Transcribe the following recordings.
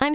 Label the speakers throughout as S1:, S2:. S1: I'm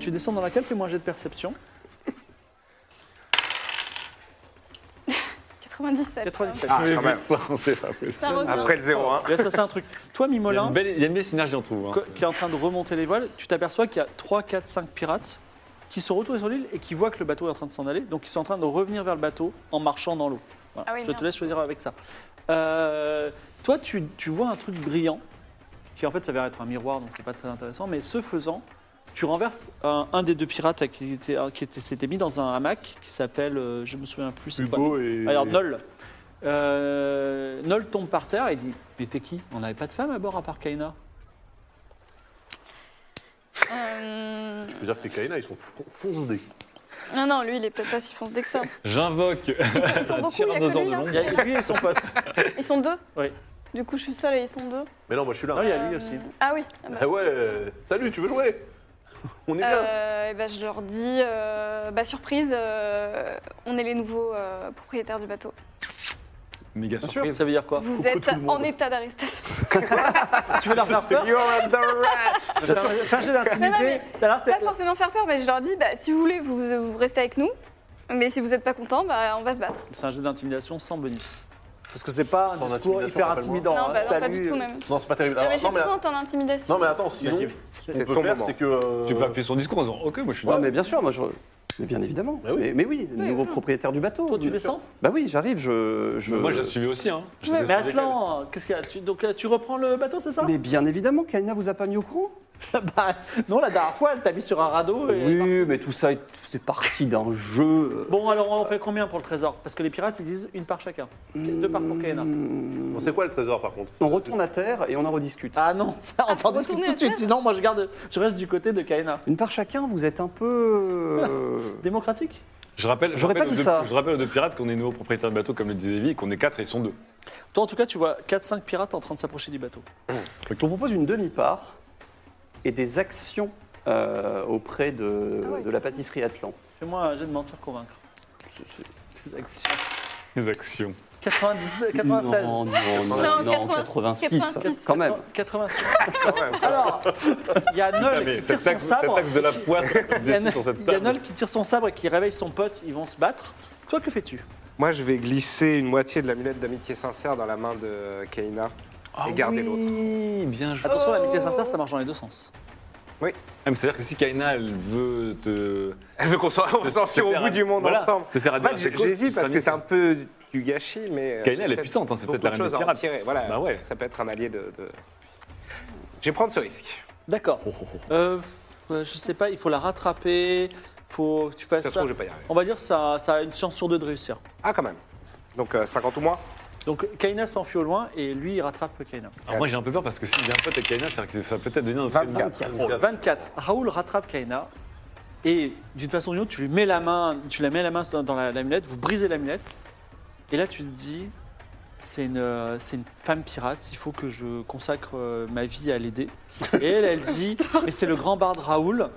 S2: Tu descends dans la cale, fais-moi un jet de perception.
S3: 97.
S2: 97.
S4: Ah,
S5: Oui,
S4: quand
S5: mais
S4: même.
S5: ça, on sait pas possible.
S3: Ça revient.
S4: Après le
S6: hein.
S4: 0-1.
S2: Il va se passer un truc. Toi,
S5: Il y a une
S2: Mimolin,
S5: belle, il y a une belle synergie entre vous. hein.
S2: co- qui est en train de remonter les voiles, tu t'aperçois qu'il y a 3, 4, 5 pirates qui sont retournés sur l'île et qui voient que le bateau est en train de s'en aller. Donc, ils sont en train de revenir vers le bateau en marchant dans l'eau. Voilà.
S3: Ah oui,
S2: Je te
S3: merde.
S2: laisse choisir avec ça. Euh, toi, tu, tu vois un truc brillant qui, en fait, s'avère être un miroir, donc c'est pas très intéressant. Mais ce faisant, tu renverses un, un des deux pirates à qui, était- qui était- s'était mis dans un hamac qui s'appelle, euh, je me souviens plus, c'est quoi
S5: Hugo et.
S2: Alors Nol. Euh, Nol tombe par terre et dit Mais t'es qui On n'avait pas de femme à bord à part Kaina.
S3: Euh,
S7: Je veux dire que les Kaina, ils sont fon- fonce des.
S3: Non, non, lui, il est peut-être pas si foncé que ça.
S5: J'invoque. euh,
S3: Ils sont, ils sont beaucoup, il y a que
S5: Tyrannosaure
S3: lui,
S5: de
S3: là.
S2: Il y a lui et son pote.
S3: Ils sont deux
S2: Oui.
S3: Du coup, je suis seule et ils sont deux.
S7: Mais non, moi je suis là.
S2: Non, il y a lui
S3: Euh,
S2: aussi.
S3: Ah oui. Ah bah.
S7: Ah ouais, euh, salut, tu veux jouer On est bien.
S3: Euh, eh ben, je leur dis, euh, bah, surprise, euh, on est les nouveaux euh, propriétaires du bateau.
S5: Méga surprise.
S2: Ça veut dire quoi
S3: Vous
S7: Coucou
S3: êtes
S7: tout le monde.
S3: en état d'arrestation.
S2: Tu veux leur faire peur
S4: You are under arrest
S2: Fais un jet
S3: Non, non,
S2: d'intimité.
S3: mais-
S2: Alors, c'est-
S3: pas forcément faire peur, mais je leur dis, bah, si vous voulez, vous, vous restez avec nous. Mais si vous n'êtes pas content, bah, on va se battre.
S2: C'est un jeu d'intimidation sans bonus. Parce que c'est pas un discours
S7: Sans intimidation,
S2: hyper
S7: rappelle-moi.
S2: intimidant.
S3: non,
S2: hein.
S3: bah, non, pas
S2: Salut.
S3: du tout même.
S7: Non, c'est pas terrible.
S3: Non,
S7: Alors,
S3: mais j'ai
S7: non, mais,
S3: trop en temps d'intimidation.
S7: non, mais attends, sinon,
S4: Bah,
S7: ce qu'on
S4: c'est
S7: peut
S4: ton
S7: faire,
S4: moment.
S7: c'est que. euh,
S5: Tu peux appuyer sur le discours en disant Ok, moi je suis
S4: Ouais,
S5: là.
S4: mais bien sûr, moi je. Mais bien évidemment.
S7: Bah oui.
S4: Mais, mais oui, le
S3: Oui,
S4: nouveau
S3: oui.
S4: propriétaire du bateau.
S2: Toi, tu descends
S4: Bah oui, j'arrive, je. je-
S5: Moi j'ai suivi aussi. Hein. J'ai
S3: Ouais,
S2: Mais
S5: descendu avec elle.
S2: attends, qu'est-ce qu'il y a tu, Donc, euh, tu reprends le bateau, c'est ça
S4: Mais bien évidemment, Kaina vous a pas mis au courant
S2: Bah, Non, la dernière fois, elle t'a mis sur un radeau. Et...
S4: Oui, mais tout ça, c'est parti d'un jeu.
S2: Bon, alors, on fait combien pour le trésor Parce que les pirates, ils disent une par chacun. Deux par pour Kaina.
S4: Hmm.
S7: On sait quoi le trésor par contre
S4: On retourne à terre et on en rediscute.
S2: Ah non, ça, on
S3: Ah,
S2: t'en
S3: faut
S2: discute
S3: retourner
S2: tout
S3: à
S2: de suite.
S3: terre.
S2: Sinon, moi, je garde, je reste du côté de Kaina.
S4: Une part chacun, vous êtes un peu. euh,
S2: Démocratique
S5: Je rappelle, je
S4: J'aurais
S5: rappelle
S4: pas
S5: aux
S4: dit
S5: deux-
S4: ça.
S5: Je rappelle aux deux pirates qu'on est nouveau propriétaire de bateau, comme le disait Evie, qu'on est quatre et ils sont deux.
S2: Toi, en tout cas, tu vois 4-5 pirates en train de s'approcher du bateau. Ah.
S4: Je vous propose une demi-part et des actions euh, auprès de,
S3: Ah ouais.
S4: de la pâtisserie Atlan.
S2: Fais-moi un jeu de mentir convaincre.
S4: C'est- c'est-
S2: Tes actions.
S5: Les actions.
S2: 90 96.
S3: Non,
S4: Non, non, non, non, 86,
S3: 86,
S4: quand même.
S2: 86.
S7: Ah ouais, ça-
S2: Alors, il y a
S5: Ah,
S2: Nol
S5: mais
S2: qui tire
S5: cette
S2: son
S5: taxe, cette
S2: sabre.
S5: taxe de la poisse
S2: Il y a
S5: descend
S2: Nol-
S5: sur cette
S2: il y a
S5: table.
S2: Nol qui tire son sabre et qui réveille son pote. Ils vont se battre. Toi, que fais-tu
S4: Moi,
S6: Je vais glisser une moitié de l'amulette d'amitié sincère dans la main de Keina.
S5: Ah
S6: et garder
S5: oui, bien joué.
S2: Attention, l'amitié sincère, ça marche dans les deux sens.
S5: Ah, mais C'est-à-dire que si Kaina elle veut te.
S6: Elle veut qu'on soit- on
S5: te- te
S6: s'enfuit au
S5: faire-
S6: bout du monde
S5: voilà,
S6: ensemble.
S5: Te faire
S6: En fait,
S5: adhérer à
S6: j'ai-
S5: cette cause,
S6: j'hésite
S5: tu
S6: parce
S5: seras
S6: que c'est
S5: mis-
S6: un peu du gâchis, mais. euh,
S5: Kayla, elle est
S6: peut-être
S5: puissante, hein, c'est
S6: beaucoup
S5: peut-être la reine
S6: de choses
S5: des
S6: à en
S5: pirates.
S6: tirer, Voilà,
S5: Bah ouais.
S6: Ça peut être un allié de. de- Je vais prendre ce risque.
S2: D'accord. Euh, euh, je sais pas, il faut la rattraper. Faut que tu fasses
S6: Ça se
S2: ça.
S6: trouve, je vais pas y arriver.
S2: On va dire ça, ça a une chance sur deux de réussir.
S6: Ah, quand même. Donc euh, 50 ou moins
S2: Donc Kaina s'enfuit au loin et lui il rattrape Kaina.
S5: Alors moi j'ai un peu peur parce que s'il y a un pote avec Kaina, c'est-à-dire que ça peut être devenir notre
S6: 24.
S2: 24. Raoul rattrape Kaina et d'une façon ou d'une autre tu lui mets la main, tu la mets la main dans, dans la- l'amulette, vous brisez l'amulette et là tu te dis c'est une, euh, c'est une femme pirate, il faut que je consacre euh, ma vie à l'aider. Et elle, elle dit, mais c'est le grand barde Raoul,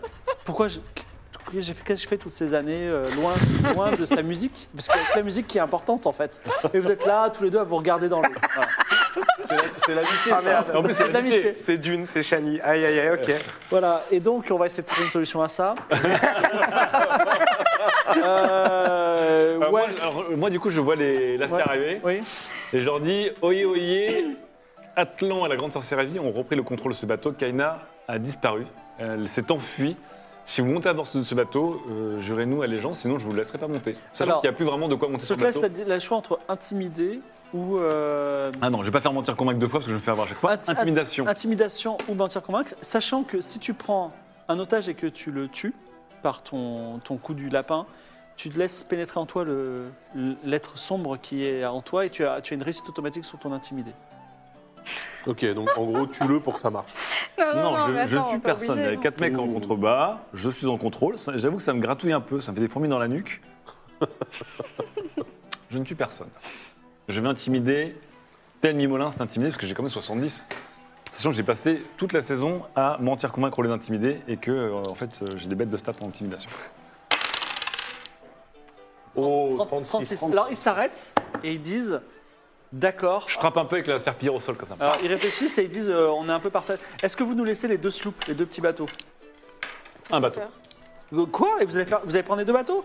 S2: pourquoi je- qu'est-ce que j'ai fait, qu'est-ce que je fais toutes ces années euh, loin, loin de sa musique Parce que c'est la musique qui est importante en fait. Et vous êtes là, tous les deux, à vous regarder dans l'eau. Voilà.
S7: C'est la- c'est l'amitié.
S6: Ah
S7: ça.
S6: merde.
S5: En plus, c'est
S2: de l'amitié.
S6: C'est Dune, c'est Shani. Aïe, aïe, aïe, ok.
S2: Voilà, et donc on va essayer de trouver une solution à ça. Euh,
S5: Euh,
S2: ouais.
S5: moi, alors, euh, moi, du coup, je vois les Lascar
S2: Ouais.
S5: arriver
S2: Oui.
S5: et je leur dis Oye, oye, Atlan et la grande sorcière Evie ont repris le contrôle de ce bateau. Kaina a disparu. Elle s'est enfuie. Si vous montez à bord de ce bateau, euh, jurez-nous allégeance, sinon je vous laisserai pas monter. Sachant
S2: Alors,
S5: qu'il n'y a plus vraiment de quoi monter
S2: Je
S5: sur
S2: te
S5: le
S2: laisse
S5: bateau.
S2: la, la choix entre intimider ou euh,
S5: Ah non, je vais pas faire mentir convaincre deux fois parce que je me fais avoir à chaque fois.
S2: Ati-
S5: Intimidation.
S2: intimidation ou mentir convaincre, sachant que si tu prends un otage et que tu le tues par ton, ton coup du lapin, tu te laisses pénétrer en toi le- l'être sombre qui est en toi et tu as, tu as une réussite automatique sur ton intimidé.
S3: Oh.
S7: Ok, donc en gros, tue-le pour que ça marche.
S5: Non, je,
S3: mais
S5: je
S3: attends, on
S5: tue
S3: est pas
S5: personne. Il y
S3: obligé,
S5: a
S3: non.
S5: quatre mecs en contrebas. Je suis en contrôle. Ça- J'avoue que ça me gratouille un peu. Ça me fait des fourmis dans la nuque. je ne tue personne. Je vais intimider. Tel Mimolin s'est intimidé parce que j'ai quand même 70. Sachant que j'ai passé toute la saison à mentir, convaincre, au lieu d'intimider et que, euh, en fait, euh, j'ai des bêtes de stats en intimidation.
S7: Oh,
S2: 36, Alors ils s'arrêtent et ils disent D'accord.
S5: Je frappe un peu avec la serpillière au sol comme ça.
S2: Alors ils réfléchissent et ils disent euh, On est un peu parfait. Est-ce que vous nous laissez les deux sloops, les deux petits bateaux
S5: un bateau.
S2: Euh, Quoi Et vous allez, faire, vous allez prendre les deux bateaux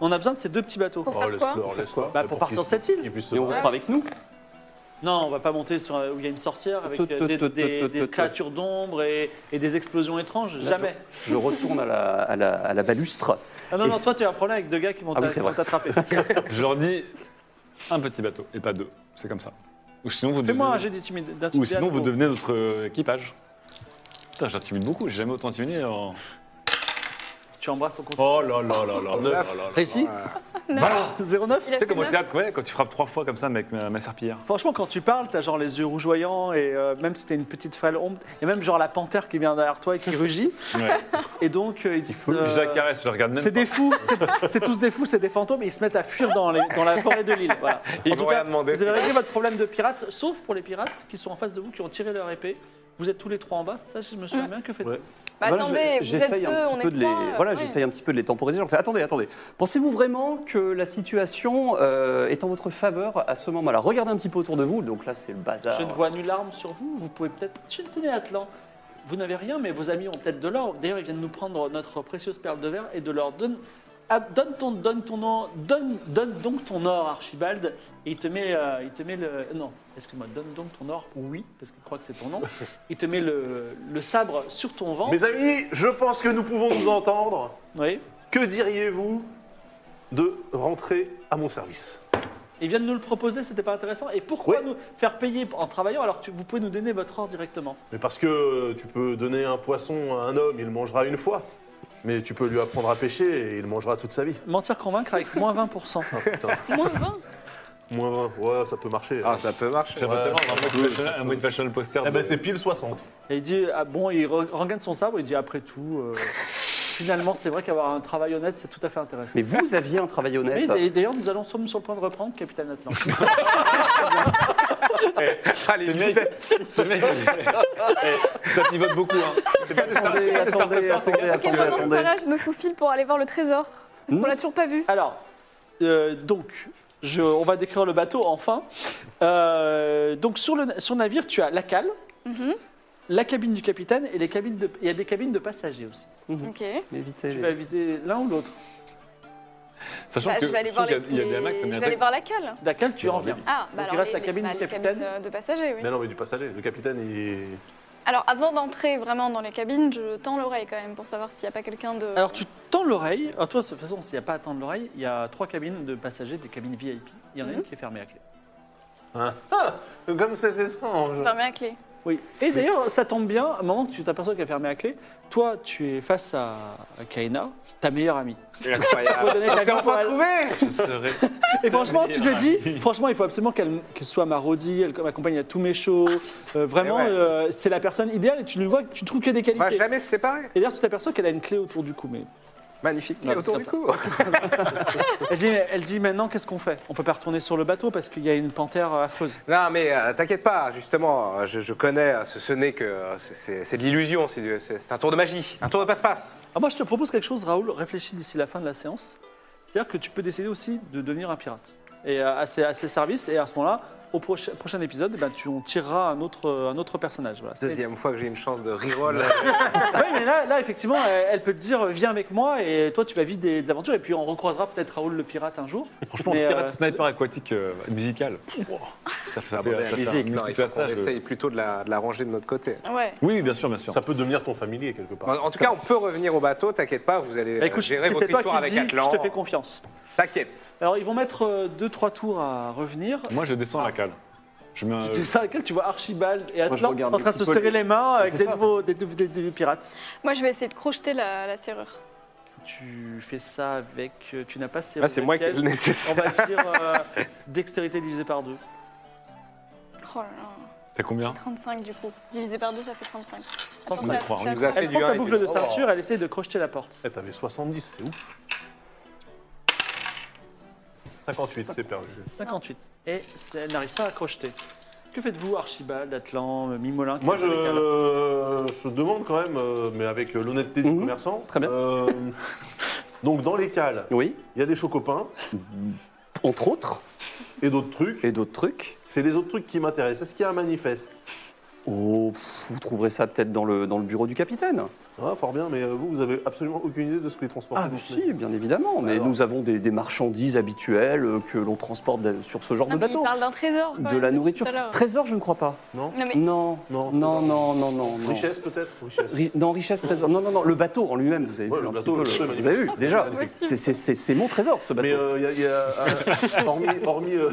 S2: On a besoin de ces deux petits bateaux.
S3: Euh, Pour
S7: Oh,
S3: faire quoi
S7: laisse-leur, laisse-leur.
S2: Bah, pour partir de cette île.
S7: Qu'ils puissent se
S4: Et on vous
S7: barrer.
S4: prend avec nous
S2: Non, on va pas monter sur, euh, où il y a une sorcière avec
S4: Tout,
S2: euh,
S4: tout,
S2: des,
S4: tout,
S2: des-
S4: tout,
S2: des
S4: tout, tout.
S2: créatures d'ombre et, et des explosions étranges. Jamais.
S4: Je retourne à la, à la- à la balustre.
S2: Ah non, non, toi, tu as un problème avec deux gars qui vont
S4: Ah oui,
S2: t'a-
S4: c'est
S2: qui vont
S4: vrai.
S2: t'attraper.
S5: Je leur dis un petit bateau et pas deux. C'est comme ça. Ou sinon vous
S2: Fais-moi un
S5: devenez-
S2: jet d'intimidation.
S5: Ou sinon vous devenez notre euh, équipage. Putain, j'intimide beaucoup. J'ai jamais autant intimidé. en-
S2: Tu embrasses ton compte.
S5: Oh là là là là là là là.
S2: Réussi
S3: Non.
S2: 09
S3: hein. Il a
S5: Tu sais
S3: fait
S5: comme au
S3: neuf.
S5: théâtre, ouais, quand tu frappes trois fois comme ça avec ma, ma serpillière.
S2: Franchement, quand tu parles, t'as genre les yeux rougeoyants et euh, même si t'as une petite frêle ombre, il y a même genre la panthère qui vient derrière toi et qui rugit.
S5: Ouais.
S2: Et donc, euh, ils disent, euh,
S5: Je la caresse, je la regarde même.
S2: C'est des fous, c'est- c'est tous des fous, c'est des fantômes, et ils se mettent à fuir dans, les- dans la forêt de l'île. Voilà.
S6: Ils
S2: En tout
S6: vont
S2: cas,
S6: rien demander,
S2: vous avez
S6: c'est
S2: réglé votre problème de pirates, sauf pour les pirates qui sont en face de vous, qui ont tiré leur épée. Vous êtes tous les trois en bas, ça je me souviens bien que faites
S7: Ouais.
S3: Bah,
S4: Voilà,
S3: attendez,
S4: je-
S3: vous êtes
S4: j'essaye
S3: deux,
S4: un petit
S3: on
S4: peu
S3: est
S4: de les,
S3: trois, euh,
S4: voilà,
S3: ouais.
S4: j'essaye un petit peu de les temporiser. Je leur fais attendez, attendez. Pensez-vous vraiment que la situation euh, est en votre faveur à ce moment-là Regardez un petit peu autour de vous. Donc là, c'est le bazar.
S2: Je ne vois nulle arme sur vous, vous pouvez peut-être... Tenez Atlan, vous n'avez rien, mais vos amis ont peut-être de l'or. D'ailleurs, ils viennent nous prendre notre précieuse perle de verre et de leur donne... ah, donne, ton, donne, ton or, donne, donne donc ton or, Archibald, et il te met, euh, il te met le... Non, excuse-moi, donne donc ton or, oui, parce qu'il croit que c'est ton nom. Il te met le, le sabre sur ton ventre.
S7: Mes amis, je pense que nous pouvons nous entendre.
S2: Oui.
S7: Que diriez-vous de rentrer à mon service
S2: Ils viennent nous le proposer, c'était pas intéressant. Et pourquoi
S7: Oui.
S2: nous faire payer en travaillant alors que tu- vous pouvez nous donner votre or directement
S7: Mais parce que euh, tu peux donner un poisson à un homme, il le mangera une fois. Mais tu peux lui apprendre à pêcher et il mangera toute sa vie.
S2: Mentir convaincre avec moins 20%.
S7: Ah, putain.
S3: Moins 20.
S7: Moins 20, ouais, ça peut marcher.
S6: Ah, ça peut marcher.
S5: J'aimerais
S7: Ouais,
S5: tellement avoir
S7: ça
S5: un
S7: peut,
S5: mode fashion-
S7: ça
S5: un
S7: peut.
S5: mode fashion poster.
S7: Eh ben,
S5: de-
S7: c'est pile 60.
S2: Et il dit, ah bon, il re- regagne son sabre, il dit après tout, euh, finalement c'est vrai qu'avoir un travail honnête c'est tout à fait intéressant.
S4: Mais vous aviez un travail
S2: Oui,
S4: honnête.
S2: et d'ailleurs nous allons sommes sur le point de reprendre Capitaine Atlan.
S5: Allez, mec, ce mec, eh, ça pivote beaucoup. Hein. C'est pas des start-
S4: Attendez,
S5: c'est pas des
S4: attendez,
S5: start-upers,
S3: Ok,
S4: attendez, attendez,
S3: pendant ce
S4: attendez.
S3: temps-là, je me faufile pour aller voir le trésor. Parce
S4: Hmm.
S3: qu'on l'a toujours pas vu.
S2: Alors, euh, donc, je- on va décrire le bateau enfin. Euh, donc sur le sur le navire tu as la cale,
S3: Mhm.
S2: la cabine du capitaine et les cabines de- il y a des cabines de passagers aussi.
S3: Ok.
S4: Évitez.
S2: Tu vas éviter l'un ou l'autre.
S5: Sachant
S3: Bah,
S5: que
S3: je vais aller
S5: je
S3: voir
S5: trouve
S3: les.
S5: qu'il y a- il y a des hamacs, ça
S3: Je vais
S5: mérite-
S3: aller voir la cale.
S2: La cale tu en viens.
S3: Ah, bah
S2: il
S3: alors.
S2: reste la
S3: les-
S2: cabine
S3: bah,
S2: du
S3: les
S2: capitaine.
S3: cabines, euh, de passagers, oui.
S7: Mais non, mais du passager. Le capitaine, il.
S3: Alors, avant d'entrer vraiment dans les cabines, je tends l'oreille quand même pour savoir s'il n'y a pas quelqu'un de.
S2: Alors tu tends l'oreille. Alors, toi, de toute façon, s'il n'y a pas à tendre l'oreille, il y a trois cabines de passagers, des cabines VIP. Il y
S4: Mhm.
S2: en a une qui est fermée à clé.
S7: Hein ah, comme c'est étrange.
S3: Je ferme la clé.
S2: Oui. Et d'ailleurs, ça tombe bien, au moment que tu t'aperçois qu'elle est fermée à clé, toi, tu es face à à Kaina, ta meilleure amie.
S6: Incroyable.
S2: Faut donner ta
S6: On s'est
S2: vie pour
S6: enfin
S2: elle.
S6: trouvé
S5: je serais-
S2: Et franchement, tu te dis, franchement, il faut absolument qu'elle qu'elle soit marodie, elle m'accompagne à tous mes shows. Euh, vraiment,
S6: Mais ouais.
S2: euh, c'est la personne idéale et tu lui vois que tu trouves que des
S6: On va
S2: qualités.
S6: jamais se séparer.
S2: Et d'ailleurs, tu t'aperçois qu'elle a une clé autour du cou. Mais
S6: Magnifique.
S2: Non,
S6: Et autour
S2: c'est
S6: du
S2: comme
S6: cou.
S2: elle dit, elle dit maintenant, qu'est-ce qu'on fait On peut pas retourner sur le bateau parce qu'il y a une panthère affreuse.
S6: Non, mais euh, t'inquiète pas, justement, euh, je, je connais, euh, ce, ce n'est que. euh, c'est- C'est c'est de l'illusion, c'est du- c'est c'est un tour de magie, un tour de passe-passe.
S2: Ah, moi, je te propose quelque chose, Raoul. Réfléchis d'ici la fin de la séance. C'est-à-dire que tu peux décider aussi de devenir un pirate. Et euh, à, ses, à ses services. Et à ce moment-là, au proche- prochain épisode, eh ben, tu, on tirera un autre, un autre personnage. Voilà. C'est-
S6: Deuxième fois que j'ai une chance de reroll.
S2: Oui, mais là, là, effectivement, elle, elle peut te dire viens avec moi et toi, tu vas vivre des, des aventures. Et puis, on recroisera peut-être Raoul le pirate un jour.
S5: Franchement,
S2: Mais,
S5: pirate
S2: euh,
S5: sniper aquatique euh, musical. pff, wow. Ça fait ça fait- ça fait un
S6: Non, il faut qu'on
S5: multipassage.
S6: essaye plutôt de la, de la ranger de notre côté.
S3: Ouais.
S5: euh. Oui, oui, bien sûr, bien sûr.
S7: Ça peut devenir ton familier quelque part.
S6: En, en tout cas, on peut revenir au bateau, t'inquiète pas, vous allez
S2: Bah, écoute,
S6: euh,
S2: si
S6: gérer
S2: c'est
S6: votre
S2: toi qui
S6: histoire
S2: le
S6: avec
S2: dis,
S6: Atlan.
S2: je te fais confiance.
S6: T'inquiète.
S2: Alors, ils vont mettre 2-3 tours à revenir.
S5: Moi, je descends la cale. Je mets un-
S2: Tu dis ça à laquelle tu vois Archibald et
S4: Moi, je
S2: Atlan
S4: regarde
S2: en train de se
S4: le petit
S2: serrer
S4: Paul.
S2: les mains avec
S4: c'est
S2: des
S4: ça.
S2: nouveaux, des, nou- des- des pirates.
S3: Moi, je vais essayer de crocheter la, la serrure.
S2: Tu fais ça avec. euh, Tu n'as pas serré
S6: Ah, c'est moi qui ai
S2: lequel.
S6: le
S2: On
S6: nécessaire.
S2: va dire euh, dextérité divisée par 2.
S3: Oh là là.
S5: T'as combien
S3: 35 du coup. Divisé par 2, ça fait 35.
S2: Sans
S3: Attends,
S5: y
S3: ça-
S5: croire, on
S3: ça
S6: nous a
S3: compte.
S6: fait
S2: Elle
S6: du
S2: prend sa
S6: high,
S2: boucle
S6: du
S2: de
S6: low.
S2: ceinture, elle essaie de crocheter la porte.
S7: Eh, T'avais 70, c'est ouf. 58, c'est perdu.
S2: 58. Et c'est- elle n'arrive pas à crocheter. Que faites-vous, Archibald, Atlan, Mimolin
S7: Moi, je,
S2: quel est le cas
S7: je demande quand même, euh, mais avec euh, l'honnêteté du
S4: Mhm.
S7: commerçant.
S4: Très bien.
S7: euh, donc, dans les cales,
S4: Oui,
S7: il y a des chocopins
S4: entre autres,
S7: et d'autres trucs.
S4: et d'autres trucs.
S7: C'est les autres trucs qui m'intéressent. Est-ce qu'il y a un manifeste
S4: Oh, pff, vous trouverez ça peut-être dans le, dans le bureau du capitaine.
S7: Ah, Fort bien, mais euh, vous, vous avez absolument aucune idée de ce que les transports
S4: Ah, mais si, bien évidemment. Mais
S7: Alors.
S4: nous avons des, des marchandises habituelles euh, que l'on transporte de- sur ce genre
S3: Non,
S4: de
S3: mais il
S4: bateau.
S3: parle d'un trésor. quand
S4: De
S3: même,
S4: la
S3: depuis
S4: nourriture.
S3: tout à l'heure.
S4: Trésor, je ne crois pas.
S7: Non
S3: Non, mais
S4: Non, non,
S7: Non.
S4: non, non, non, non.
S7: Richesse, peut-être Richesse.
S4: Ri- non, richesse, trésor. Non, non, non, le bateau en lui-même, vous avez
S7: Ouais,
S4: vu
S7: le
S4: un
S7: bateau,
S4: petit
S7: le
S4: peu.
S7: bateau est
S4: vous avez vu, déjà.
S3: magnifique.
S4: C'est- c'est- C'est c'est mon trésor, ce bateau.
S7: Mais euh, il y a, il y a- euh, hormis, hormis, euh,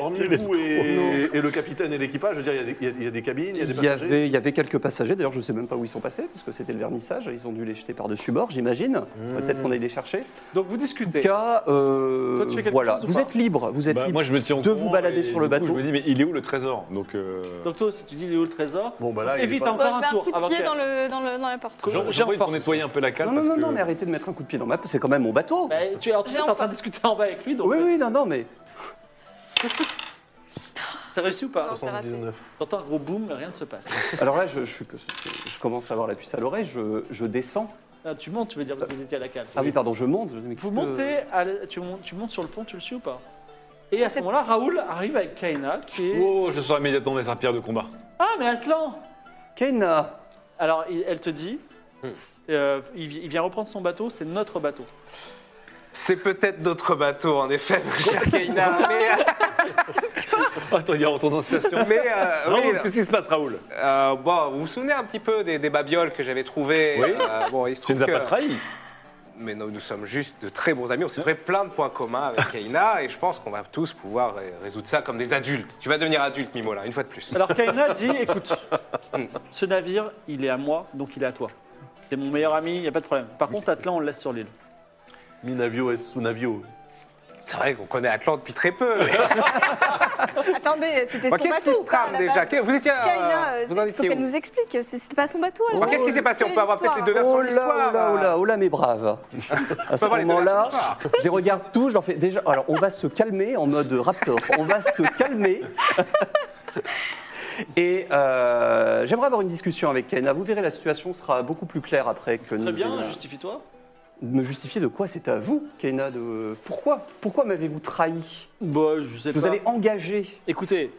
S7: hormis vous et, et le capitaine et l'équipage, je veux dire, il y a des- il y, a- il y a des cabines, il y a des
S4: il, y
S7: passagers.
S4: avait, il y avait quelques passagers, d'ailleurs je ne sais même pas où ils sont passés, parce que c'était le vernissage, ils ont dû les jeter par-dessus bord, j'imagine.
S7: Mmh.
S4: Peut-être qu'on aille les chercher.
S2: Donc vous
S4: En
S2: discutez.
S4: tout cas, euh,
S2: Toi, tu fais quelque
S4: voilà,
S2: chose ou
S4: vous
S2: pas
S4: êtes libre, vous êtes
S5: Bah,
S4: libre.
S5: Moi, je me tiens au
S4: de
S5: courant
S4: vous balader
S5: et
S4: sur le
S5: du coup,
S4: bateau.
S5: Je me dis, mais il est où le trésor Donc, euh,
S2: Donc toi aussi, tu dis Léo le trésor.
S7: Bon, bah là, il est
S2: Évite
S7: pas-
S3: Bon,
S2: encore
S3: je
S2: un
S3: mets un
S2: tour
S3: coup de
S2: avant
S3: pied
S2: qu'elle-
S3: dans, le, dans, le, dans la porte.
S2: J'ai-
S5: j'en-
S2: j'ai
S5: j'en profite
S2: en
S5: pour
S2: force.
S5: nettoyer un peu la cale.
S4: non, non,
S5: parce
S4: non, non,
S5: que-
S4: mais arrêtez de mettre un coup de pied dans ma... C'est quand même mon bateau.
S2: Bah, tu es en, tu es en train de discuter en bas avec lui, donc
S4: oui, oui,
S7: bah,
S4: non, non, mais...
S2: ça réussit ou pas
S3: Non.
S7: 79.
S2: T'entends un gros boom, mais rien ne se passe.
S4: Alors là, je, je suis- je commence à avoir la puce à l'oreille, je, je descends.
S2: Ah, tu montes, tu veux dire, parce que vous étiez à la cale.
S4: Ah oui, pardon, je monte. je dis, mais
S2: Vous
S4: qu'est-ce que-
S2: montez, à la- tu, mon- tu montes sur le pont, tu le suis ou pas Et à ce
S3: C'est-
S2: moment-là, Raoul arrive avec Kaina, qui est...
S5: Oh, je sors immédiatement mes pierre de combat.
S2: Ah, mais Atlan
S4: Keina
S2: Alors, il- elle te dit, euh, il, vi- il vient reprendre son bateau, c'est notre bateau.
S6: C'est peut-être d'autres bateaux, en effet, ma chère Keina, mais, euh,
S5: Attends, il y a retour dans cette station.
S6: mais, euh, oui,
S5: Raoul, qu'est-ce qui se passe, Raoul
S6: euh, bon, vous vous souvenez un petit peu des, des babioles que j'avais trouvées
S5: Oui.
S6: euh, Bon, il se
S5: Tu
S6: trouve
S5: nous as
S6: que-
S5: pas trahis
S6: Mais nous, nous sommes juste de très bons amis. On s'est trouvé plein de points communs avec Keina et je pense qu'on va tous pouvoir euh, résoudre ça comme des adultes. Tu vas devenir adulte, Mimola, une fois de plus.
S2: Alors Kaina dit, écoute, ce navire, il est à moi, donc il est à toi. T'es mon meilleur ami, il n'y a pas de problème. Par contre, Atlan, on le laisse sur l'île.
S7: Minavio et Sunavio.
S6: C'est vrai qu'on connaît Atlante depuis très peu. mais-
S3: Attendez, c'était son
S6: Bon,
S3: bateau.
S6: Bah, Qu'est-ce qui se
S3: ou pas, hein, à
S6: trame
S3: la
S6: déjà
S3: base
S6: Vous étiez. euh,
S3: Kaina, euh,
S6: vous en
S3: c'est- faut
S6: étiez
S3: qu'elle
S6: où
S3: nous explique. euh, c'est- C'était pas son bateau.
S6: Bon, Qu'est-ce qui s'est passé On peut avoir peut-être les deux versions
S4: Oh
S6: de
S4: là,
S6: l'histoire.
S4: oh là, oh là, oh là, mes braves. À ce
S6: avoir les deux
S4: moment-là,
S6: versions de
S4: je les regarde tous, je leur fais déjà. Alors, on va se calmer en mode raptor. On va se calmer. Et euh, j'aimerais avoir une discussion avec Kena. Vous verrez, la situation sera beaucoup plus claire après
S2: Très
S4: que nous
S2: bien,
S4: ayons-
S2: justifie-toi.
S4: Me justifier de quoi c'est à vous, Kena. De... Pourquoi Pourquoi m'avez-vous trahi
S2: Bon, je sais
S4: Je vous
S2: pas.
S4: avez engagé.
S2: Écoutez,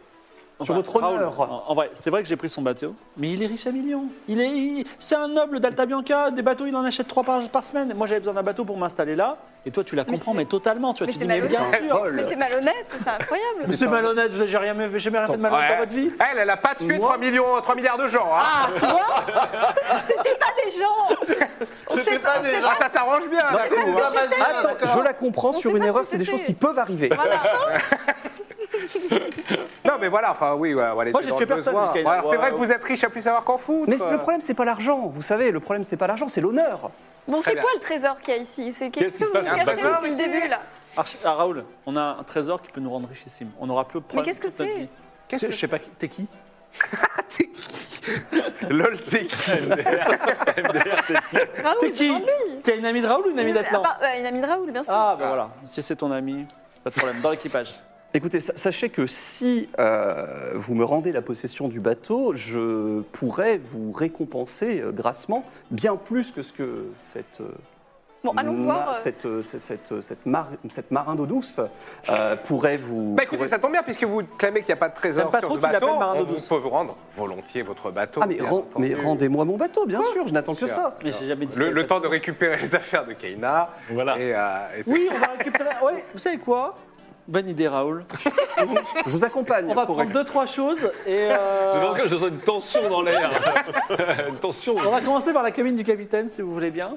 S4: Sur votre honneur.
S2: en- en vrai, c'est vrai que j'ai pris son bateau, mais il est riche à millions. Il est, il- c'est un noble d'Alta Bianca. Des bateaux, il en achète trois par, par semaine. Moi, j'avais besoin d'un bateau pour m'installer là. Et toi, tu la
S3: Mais
S2: comprends,
S3: c'est-
S2: mais, totalement. Tu vois,
S3: mais
S2: tu
S3: c'est
S2: dis, mais bien
S3: malhonnête.
S4: Un
S2: sûr.
S4: vol.
S3: Mais c'est malhonnête, c'est incroyable.
S2: Mais c'est malhonnête. J'ai rien, j'ai jamais rien fait de malhonnête
S6: Ouais.
S2: dans votre vie.
S6: Elle, elle a pas tué
S4: Moi
S6: 3, millions, 3 milliards de gens. Hein. Ah,
S3: Pas des gens.
S7: C'était pas des
S6: Ah, ça t'arrange bien. d'un coup, hein.
S4: Attends, je la comprends sur
S3: sait
S4: une
S3: pas
S4: erreur,
S3: ce
S4: c'est
S3: que
S4: des
S3: c'est.
S4: choses qui peuvent arriver.
S3: Voilà.
S6: Non, mais voilà, enfin oui, ouais, on va aller
S2: Moi,
S6: dans
S2: j'ai
S6: le
S2: tué personne,
S6: besoin.
S2: Kaina.
S6: Bon, alors, C'est
S2: Ouais,
S6: vrai que
S2: ouais.
S6: vous êtes riche à plus savoir qu'en foutre.
S4: Mais le problème, c'est pas l'argent, vous savez, le problème, c'est pas l'argent, c'est l'honneur.
S3: Bon,
S6: Très
S3: c'est
S6: bien.
S3: quoi le trésor qu'il y a ici C'est qu'est-ce
S5: Qu'est-ce qui
S3: que
S5: se
S3: vous
S5: passe
S3: nous
S5: dans le
S3: cachez
S6: bateau
S3: depuis le
S6: ici
S3: début là
S2: Arch- ah, Raoul, on a un trésor qui peut nous rendre richissime. On n'aura plus de problème.
S3: qu'est-ce que
S2: toute notre
S3: c'est
S2: vie.
S6: Qu'est-ce que
S2: Je sais pas, qui- t'es qui
S6: Lol, c'est qui
S3: Raoul,
S2: T'es qui
S3: demande-lui.
S2: T'es une amie de Raoul ou une amie d'Atlan
S3: Ah bah, euh, Une amie de Raoul, bien sûr.
S2: Ah, bah voilà. Si c'est ton ami, pas de problème. Dans l'équipage.
S4: Écoutez, sa- sachez que si euh, vous me rendez la possession du bateau, je pourrais vous récompenser euh, grassement, bien plus que ce que cette euh,
S3: Bon, allons
S2: Mm,
S4: ma-
S2: ah,
S3: voir. euh,
S4: cette, euh, cette, cette, cette mar- cette marin d'eau douce euh, pourrait vous.
S6: Bah écoutez,
S4: pourrait-
S6: ça tombe bien, puisque vous clamez qu'il n'y a pas de trésor
S2: J'aime pas
S6: sur
S2: trop
S6: ce
S2: qu'il
S6: bateau,
S2: l'appelle Marin
S6: on
S2: d'eau
S6: vous
S2: douce.
S6: peut vous rendre volontiers votre bateau.
S4: Ah, mais,
S6: bien
S4: rend-
S6: entendu.
S4: mais rendez-moi mon bateau, bien sûr, je n'attends que
S6: Bien
S4: ça.
S2: Mais j'ai jamais dit.
S6: le, le temps de récupérer les affaires de Keina.
S5: Voilà.
S6: Et, euh, et-
S2: Oui, on va récupérer. ah Ouais, vous savez quoi Bonne idée, Raoul.
S4: Je vous accompagne.
S2: On va
S4: pour-
S2: prendre deux, trois choses et. euh,
S5: Je vois que je sens une tension dans l'air. une tension.
S2: On va commencer par la cabine du capitaine, si vous voulez bien.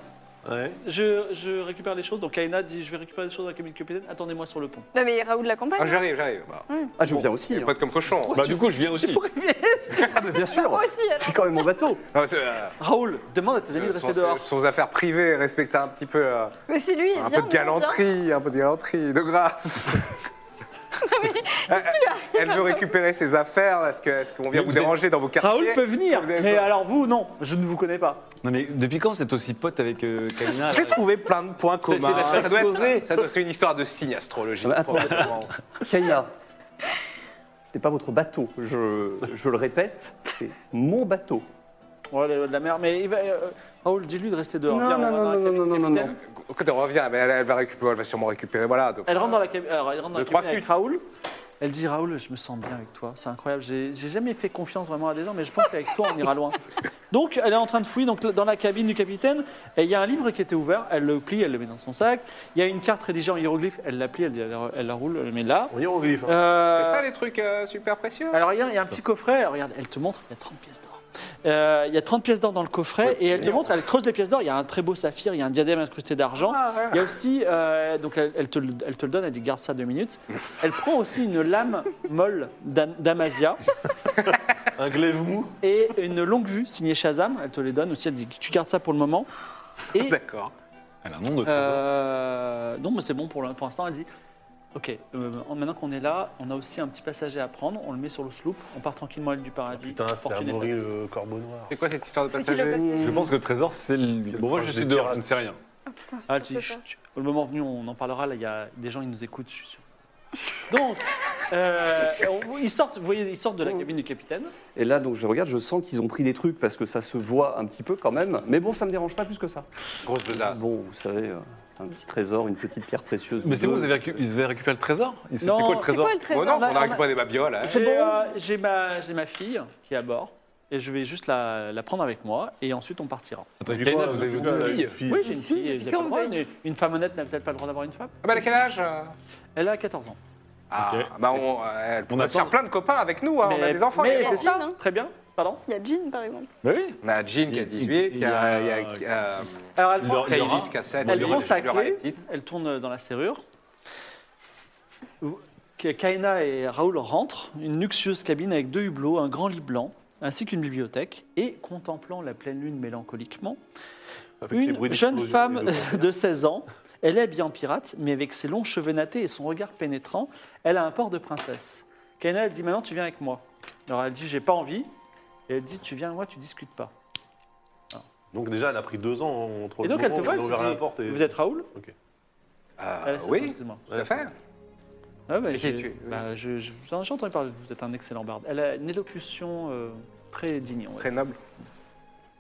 S2: Je, je récupère les choses. Donc Aina dit Je vais récupérer les choses dans la cabine du capitaine. Attendez-moi sur le pont.
S3: Non, mais Raoul l'accompagne.
S6: Ah, j'arrive, j'arrive. Bah,
S4: Ah, je viens aussi.
S6: faut être comme cochon.
S5: Bah, du coup, je viens aussi.
S4: Ah, mais bien sûr.
S3: moi aussi, alors.
S4: C'est quand même mon bateau.
S6: Non, c'est, euh,
S2: Raoul, demande à tes
S4: Euh,
S2: amis de
S6: son-
S2: rester dehors.
S6: Son affaires privées, respecter un petit peu. euh,
S3: Mais si lui, il
S6: Un
S3: vient, nous,
S6: peu de
S3: on vient.
S6: galanterie, un peu de galanterie, de grâce. Elle- Elle veut récupérer ses affaires. Est-ce que- est-ce qu'on vient
S5: Mais
S6: vous
S5: vous êtes-
S6: déranger dans vos quartiers
S2: Raoul peut venir,
S6: Vous avez
S2: mais
S6: quoi
S2: alors vous, non, je ne vous connais pas.
S5: Non, mais depuis quand vous êtes aussi pote avec euh, Kalina
S6: J'ai trouvé plein de points communs.
S5: la
S6: Ça doit être, ça doit être une histoire de signe astrologique.
S4: Mais attends.
S6: probablement.
S4: Kaina, ce n'est pas votre bateau. Je, je le répète, c'est mon bateau.
S2: Ouais, la loi de la mer, mais il va- euh, Raoul, dis-lui de rester dehors.
S4: Non,
S2: Viens, on
S4: non,
S2: va dans
S4: non,
S2: la
S4: non,
S2: cabine
S4: non,
S2: du
S4: non, non,
S2: capitaine.
S4: non.
S6: Quand on revient, mais elle, elle va récupérer, elle va sûrement récupérer. Voilà. donc-
S2: Elle rentre dans la cabine, alors, elle rentre dans
S6: Le
S2: la
S6: trois
S2: cabine avec
S6: flûtes.
S2: Raoul. Elle dit Raoul, je me sens bien avec toi, c'est incroyable. J'ai j'ai jamais fait confiance vraiment à des gens, mais je pense qu'avec toi, on ira loin. Donc, elle est en train de fouiller donc, dans la cabine du capitaine. Et il y a un livre qui était ouvert, elle le plie, elle le met dans son sac. Il y a une carte rédigée en hiéroglyphe, elle la plie, elle, elle la- elle la roule, elle le met là.
S7: On y est en griffe. hein.
S2: Euh,
S6: C'est ça les trucs euh, super précieux
S2: alors, il y, a, il y a un petit coffret, regarde, elle te montre, il y a 30 pièces d'or. Euh, il y a 30 pièces d'or dans le coffret, et elle te montre, elle creuse les pièces d'or, il y a un très beau saphir, il y a un diadème incrusté d'argent.
S6: Ah, ouais.
S2: Il y a aussi, euh, donc elle, elle te, le- elle te le donne, elle dit garde ça deux minutes. Elle prend aussi une lame molle d'Am- d'Amasia
S7: Un glaive mou.
S2: et une longue vue signée Shazam. Elle te les donne aussi, elle dit tu gardes ça pour le moment. Et
S6: D'accord.
S5: Elle a un nom de trésor.
S2: euh, non, mais c'est bon pour l'in- pour l'instant. Elle dit ok, euh, maintenant qu'on est là, on a aussi un petit passager à prendre. On le met sur le sloop, on part tranquillement à l'île Ah, du
S5: Ah,
S2: paradis.
S7: Putain, c'est un
S2: Fortune est faite.
S7: gorille euh, corbeau noir.
S6: C'est quoi cette histoire de
S3: C'est qui le
S6: passager
S3: passager
S5: Je pense que le trésor, c'est. le- Bon, moi, je suis dehors, je ne sais rien.
S3: Oh putain, c'est
S2: Ah,
S3: sûr,
S2: tu-
S3: c'est ça.
S2: chut, chut. Au moment venu, on en parlera. Là, il y a des gens qui nous écoutent, je suis sûr. Donc, euh, on- ils sortent, vous voyez, ils sortent de la cabine du capitaine.
S4: Et là, donc, je regarde, je sens qu'ils ont pris des trucs parce que ça se voit un petit peu quand même. Mais bon, ça me dérange pas plus que ça.
S6: Grosse
S2: Ah.
S6: besace.
S4: Bon, vous savez, euh, un petit trésor, une petite pierre précieuse.
S5: Mais c'est bon,
S4: deux.
S5: vous avez récu- ils avaient récupéré le trésor Ils- C'était
S2: Non, bah,
S5: quoi le
S3: C'est
S5: trésor
S3: quoi le trésor
S6: Bon, non,
S2: on a-
S6: on a récupéré des babioles. hein.
S2: J'ai, euh, J'ai ma, j'ai ma fille qui est à bord et je vais juste la, la prendre avec moi et ensuite on partira.
S5: Attends, Kaina, vous avez
S7: Euh,
S5: une fille
S2: Oui, j'ai une fille. et je l'ai pas
S3: Quand
S2: le
S3: vous
S2: droit.
S3: avez-
S2: Une, une femme honnête n'a peut-être pas le droit d'avoir une femme.
S6: Ah, bah, elle a quel âge euh
S2: Elle a 14 ans.
S6: Ah,
S5: Ok.
S6: bah on, euh, elle
S5: On
S6: pourrait se faire
S5: attend.
S6: plein de copains avec nous, hein, on a des enfants.
S2: mais
S6: avec
S2: c'est
S6: nous.
S3: Jean. hein.
S2: ça, très bien. Pardon.
S3: Il y a Jean, par exemple.
S5: Bah oui
S6: On a Jean qui a
S5: Il-
S6: 18,
S5: il-
S6: il y a, il y a,
S5: il y
S6: euh,
S2: Alors elle prend,
S5: Il y aura-
S6: Kailis qui a 7.
S2: elle prend sa
S6: il y aura les
S2: clé,
S6: petites.
S2: elle tourne dans la serrure. Que- Kaina et Raoul rentrent, une luxueuse cabine avec deux hublots, un grand lit blanc, ainsi qu'une bibliothèque, et contemplant la pleine lune mélancoliquement,
S7: Avec les bruits
S2: une jeune
S7: d'explosion
S2: femme
S7: et de-
S2: de 16 ans, elle est bien pirate, mais avec ses longs cheveux nattés et son regard pénétrant, elle a un port de princesse. Kaina, elle dit maintenant tu viens avec moi. Alors elle dit j'ai pas envie, et elle dit tu viens avec moi, tu discutes pas.
S7: Donc déjà, elle a pris deux ans entre
S2: Et donc
S7: le
S2: elle
S7: moment
S2: te
S7: où
S2: voit,
S7: on a ouvert la
S2: elle
S7: porte
S2: te
S7: et...
S2: dit vous êtes Raoul
S6: Euh,
S7: bah
S2: Elle, c'est-
S6: oui,
S2: excuse-moi.
S6: tout à fait.
S2: Ouais, bah,
S6: Et qui
S2: j'ai-
S6: tu es, oui.
S2: bah, je- je- j'en ai entendu parler, vous êtes un excellent barde. Elle a une élocution euh, très digne. on va
S6: Très
S2: dire.
S6: noble.